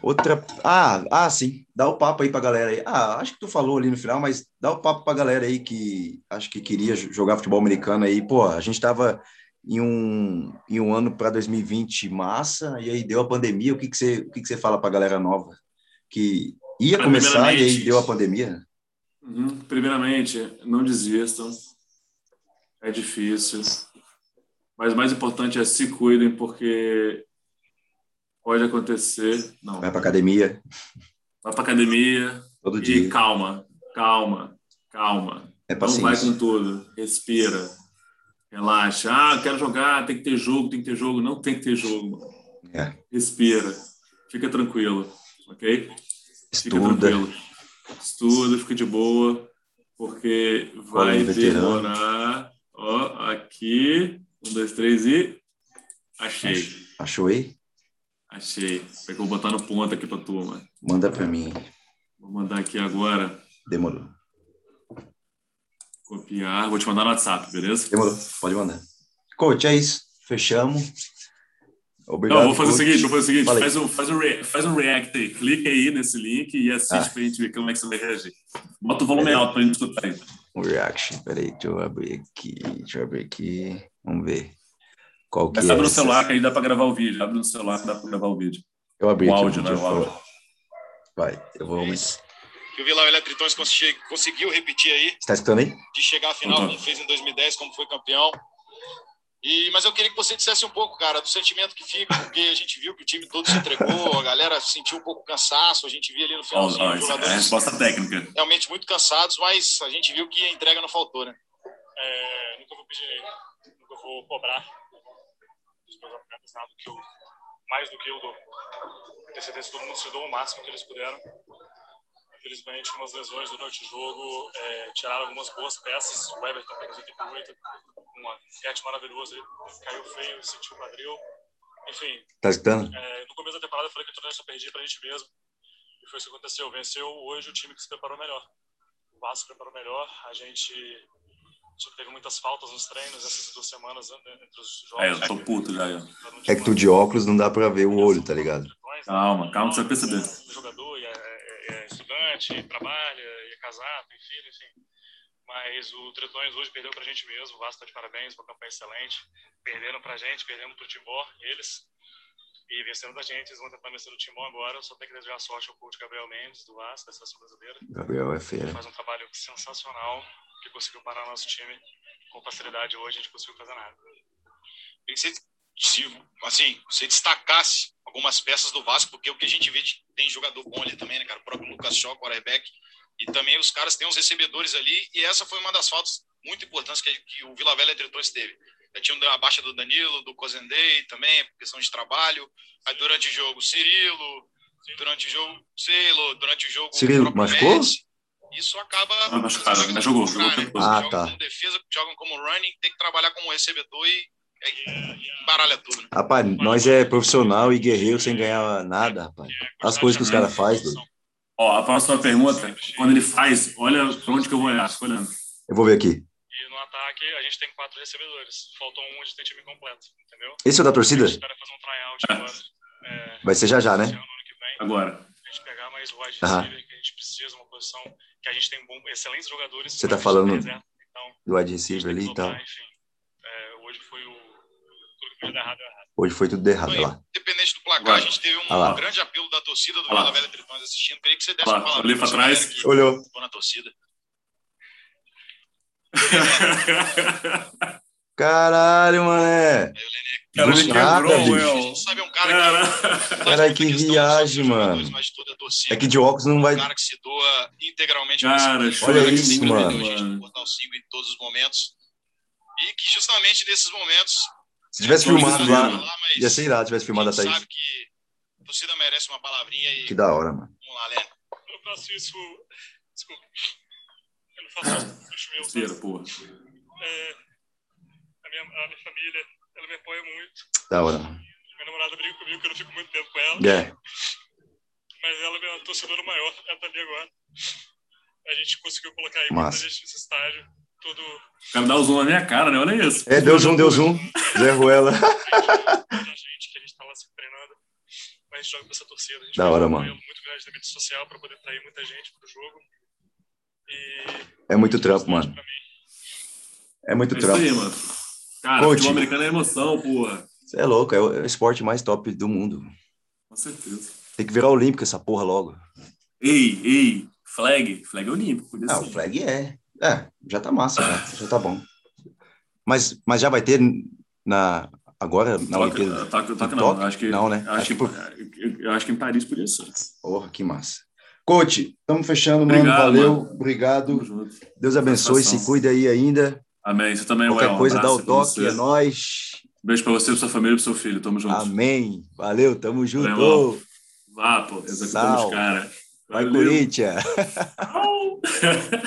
S1: outra. Ah, ah, sim. Dá o papo aí pra galera aí. Ah, acho que tu falou ali no final, mas dá o papo pra galera aí que acho que queria jo- jogar futebol americano aí. Pô, a gente tava em um, em um ano para 2020 massa, e aí deu a pandemia. O que que você, o que que você fala pra galera nova que ia começar e aí
S2: Primeiramente-
S1: deu a pandemia?
S2: Uhum. Primeiramente, não desistam. É difícil. Mas o mais importante é se cuidem, porque Pode acontecer. Não.
S1: Vai pra academia
S2: Vai pra academia
S1: É. todo
S2: e
S1: dia.
S2: calma, calma, calma.
S1: É
S2: Não vai
S1: paciência.
S2: com tudo. Respira. Relaxa. Ah, quero jogar, tem que ter jogo, tem que ter jogo. Não tem que ter jogo. mano.
S1: É.
S2: Respira. Fica tranquilo, ok? Fica
S1: Estuda.
S2: tranquilo. Estuda, fica de boa, porque vai
S1: Colégio veterano.
S2: demorar. Ó, aqui. Um, dois, três e. Achei.
S1: Achou aí?
S2: Achei. Peraí que eu vou botar no ponto aqui pra turma.
S1: Manda pra mim.
S2: Vou mandar aqui agora.
S1: Demorou.
S2: Copiar. Vou te mandar no WhatsApp, beleza?
S1: Demorou. Pode mandar. Coach, é isso. Fechamos. Obrigado.
S2: Não, vou fazer o
S1: coach.
S2: seguinte, vou fazer o seguinte,
S1: Fala aí.
S2: faz um, faz, um re- faz um react aí, clica aí nesse link e assiste
S1: Ah.
S2: pra gente ver como é que você vai reagir. Bota o volume
S1: Beleza.
S2: alto pra gente escutar aí.
S1: Um reaction. Peraí, deixa eu abrir aqui. Deixa eu abrir aqui. Vamos ver. Qual que
S2: Mas
S1: é?
S2: abre no
S1: essa?
S2: celular que aí dá pra gravar o vídeo, abre no celular que dá pra gravar o vídeo.
S1: Eu abri
S2: O
S1: aqui.
S2: áudio, né?
S1: deixa eu
S2: O áudio.
S1: falar. Vai, eu vou. Você
S3: que o Vila Eletritões consi- conseguiu repetir aí,
S1: tá escutando aí?
S3: de chegar à final,
S2: Uhum.
S3: como fez em 2010, como foi campeão. E, mas eu queria que você dissesse um pouco, cara, do sentimento que fica, porque a gente viu que o time todo se entregou, a galera sentiu um pouco cansaço, a gente via ali no
S2: Ó,
S3: finalzinho
S2: ó,
S3: os
S2: isso é a
S3: jogadores
S2: resposta técnica.
S3: realmente muito cansados, mas a gente viu que a entrega não faltou, né?
S4: É, nunca vou pedir, nunca vou cobrar dos meus atletas nada do que eu, mais do que eu dou. Eu tenho certeza que todo mundo se deu o máximo que eles puderam. Infelizmente, umas lesões durante o jogo é, tiraram algumas boas peças. O Everton tá fez 88, um arquete maravilhoso, ele caiu feio, sentiu o quadril. Enfim,
S1: Tá escutando?
S4: é, no começo da temporada eu falei que o torneio só perdia pra gente mesmo. E foi isso que aconteceu. Venceu hoje o time que se preparou melhor. O Vasco se preparou melhor. A gente só teve muitas faltas nos treinos essas duas semanas né, entre os jogos.
S2: Aí, É, eu tô puto já, ó.
S1: É que tu de óculos não dá pra ver o olho, tá ligado?
S2: Calma, calma, você vai perceber.
S4: né? O jogador e é, é- é estudante, e trabalha, e é casado, tem filho, enfim. Mas o Tretões hoje perdeu pra gente mesmo. O Vasco tá de parabéns, uma campanha excelente. Perderam pra gente, perdemos pro Timbó, eles. E venceram da gente, eles vão tentar vencer o Timbó agora. Eu só tenho que desejar sorte ao coach Gabriel Mendes, do Vasco, da seleção brasileira.
S1: Gabriel é feira.
S4: Faz um trabalho sensacional, que conseguiu parar nosso time com facilidade hoje, a gente conseguiu fazer nada.
S3: Queria que você, se, assim, você destacasse algumas peças do Vasco, porque o que a gente vê de- tem jogador bom ali também, né, cara? O próprio Lucas Shaw, quarterback, e também os caras têm uns recebedores ali, e essa foi uma das faltas muito importantes que, que o Vila Velha Tretões teve. Já tinha a baixa do Danilo, do Cozendei também, por questão de trabalho. Aí durante o jogo, Cirilo, durante o jogo, Celo, durante o jogo.
S1: Cirilo
S3: o próprio
S1: machucou?
S3: Messi. Isso acaba.
S2: Ah, machucado, mas jogou, jogou
S3: Cara,
S2: tempo todo.
S1: Ah,
S3: jogam
S1: tá.
S3: como defesa, jogam como running, tem que trabalhar como recebedor e aí embaralha tudo. né?
S1: Rapaz, nós é profissional e guerreiro sem ganhar nada, rapaz. As coisas que os caras fazem, doido.
S2: Ó, a próxima pergunta, quando ele faz, olha pra onde que eu vou olhar. Fica olhando.
S1: Eu vou ver aqui.
S4: E no ataque, a gente tem quatro recebedores. Faltou um, a gente tem time completo, entendeu?
S1: Esse é o da torcida?
S4: A gente espera fazer um tryout agora. É,
S1: Vai ser já já,
S4: esse
S1: né?
S4: ano, ano que vem.
S2: Agora.
S4: a gente pegar mais wide
S1: Aham.
S4: receiver, que a gente precisa, uma posição que a gente tem bom, excelentes jogadores.
S1: Você tá
S4: mas a gente
S1: falando
S4: tem reserva, então,
S1: Do wide
S4: a gente
S1: receiver
S4: tem
S1: ali
S4: que
S1: e tal.
S4: soltar, enfim. É, hoje foi o. Tudo que podia dar errado, deu errado.
S1: Hoje foi tudo errado
S3: Então,
S1: lá.
S3: Independente do placar,
S2: Vai.
S3: a gente teve um
S1: Ah lá.
S3: grande apelo da torcida do
S2: Ah lá.
S3: Vila Velha Tritões assistindo. Queria que você desse
S2: Olha
S3: uma
S2: lá,
S3: palavra
S2: olhei pra
S3: pra
S2: trás.
S3: galera que
S1: Olhou.
S3: ficou na torcida.
S1: Caralho, mané.
S3: Aí o Lene,
S2: Cara,
S1: Do nada,
S2: ele
S1: bicho.
S2: quebrou o
S3: a
S2: El.
S3: gente sabe, é um cara que
S2: Cara, [LAUGHS]
S3: faz
S1: Cara,
S3: muita
S1: que
S3: questão dos
S1: viagem,
S3: seus jogadores,
S1: mano.
S3: Mas de toda a torcida.
S1: É que de óculos não vai.
S3: Um cara que se doa integralmente. pra
S2: cara
S3: esse
S1: Olha
S2: chora que
S1: isso,
S2: nem um
S1: mano.
S3: time, A né, gente no Portal 5 em todos os momentos. E que justamente nesses momentos...
S1: Se tivesse filmado lá,
S3: mas
S1: ia ser irado se tivesse filmado a
S3: a gente
S1: Thaís.
S3: sabe que a torcida merece uma palavrinha e
S1: Que da hora, mano.
S3: vamos lá, Lene.
S4: Eu faço isso. Desculpa. Eu não faço isso. Deixa eu ver, eu
S2: Besteira, porra.
S4: faço- é, a, minha, a minha família, ela me apoia muito.
S1: Da hora, mano.
S4: Minha namorada briga comigo, que eu não fico muito tempo com ela.
S1: É.
S4: mas ela é minha torcedora maior, ela tá ali agora. A gente conseguiu colocar aí
S1: Massa.
S4: muita gente nesse estádio, todo
S2: O cara dá o zoom na minha cara, né? Olha isso.
S1: É, deu zoom, deu zoom. Zé Ruela. [LAUGHS]
S4: muita gente que a gente tá lá se treinando, mas a gente joga pra essa torcida. A gente
S1: Da
S4: faz
S1: hora,
S4: um
S1: mano.
S4: apelo muito grande da mídia social pra poder trair muita gente pro jogo. E
S1: É muito trampo, mano.
S4: pra mim,
S1: É muito
S2: É isso aí,
S1: trampo.
S2: mano. Cara,
S1: Coach.
S2: futebol americano é emoção, porra.
S1: Você é louco, é o é o esporte mais top do mundo.
S2: Com certeza.
S1: Tem que virar olímpico essa porra logo.
S2: Ei, ei, flag. Flag é olímpico. podia
S1: Ah,
S2: ser.
S1: o flag é. né? É, já tá massa, já, já tá bom. Mas, mas já vai ter na Agora, na
S2: Tóquio-
S1: Olimpíada.
S2: Tóquio- Tóquio
S1: Em
S2: não,
S1: Tóquio?
S2: acho que-
S1: Não, né? Acho
S2: Acho que,
S1: que
S2: eu- eu acho que em Paris podia ser.
S1: Porra, que massa. Coach, estamos fechando, mano.
S2: Obrigado,
S1: Valeu,
S2: mano. Tamo
S1: obrigado.
S2: junto.
S1: Deus abençoe,
S2: Satisfação.
S1: se cuida aí ainda.
S2: Amém. Você também,
S1: Qualquer
S2: Well, um
S1: coisa, dá o
S2: abraço pra
S1: toque,
S2: você.
S1: é nóis.
S2: Beijo pra você, pra sua família e pro seu filho. Tamo junto.
S1: Amém. Valeu, tamo junto.
S2: irmão. Vá, pô. Executamos,
S1: Sal.
S2: cara.
S1: Vai,
S2: Valeu.
S1: Corinthians.